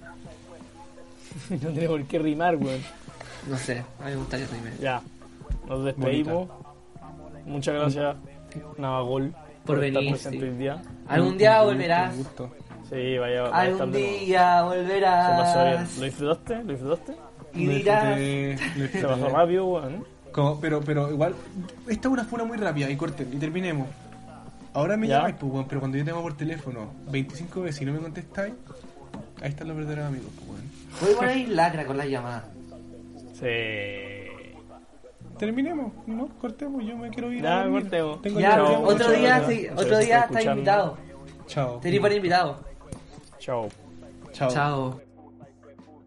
no tiene por qué rimar, weón. No sé, a mí me gusta que rime. Ya, nos despedimos. Muchas gracias, Navagol, Por venir, estar presente sí. hoy día. Algún día volverás. Un gusto. Sí, vaya, vaya a estar Algún de nuevo. día Se pasó bien. volverás. ¿Lo disfrutaste? ¿Lo disfrutaste? Y Lo dirás. disfruté, lo Se disfruté. pasó rápido, weón. Como- pero, pero igual, esta es una funa muy rápida y corten y terminemos. Ahora me Ya. llamáis, pues, weón, pero cuando yo te llamo por teléfono 25 veces y no me contestáis, ahí están los verdaderos amigos, pues, weón. Voy a poner lacra con la llamada. Sí. Terminemos, no, cortemos, yo me quiero ir. Ya, a dormir. cortemos. Tengo Ya, Chao, hambre. otro muchas día, gracias. sí, Muchas otro gracias día por estás escucharnos. invitado. Chao. Te di por invitado. Chao. Chao. Chao.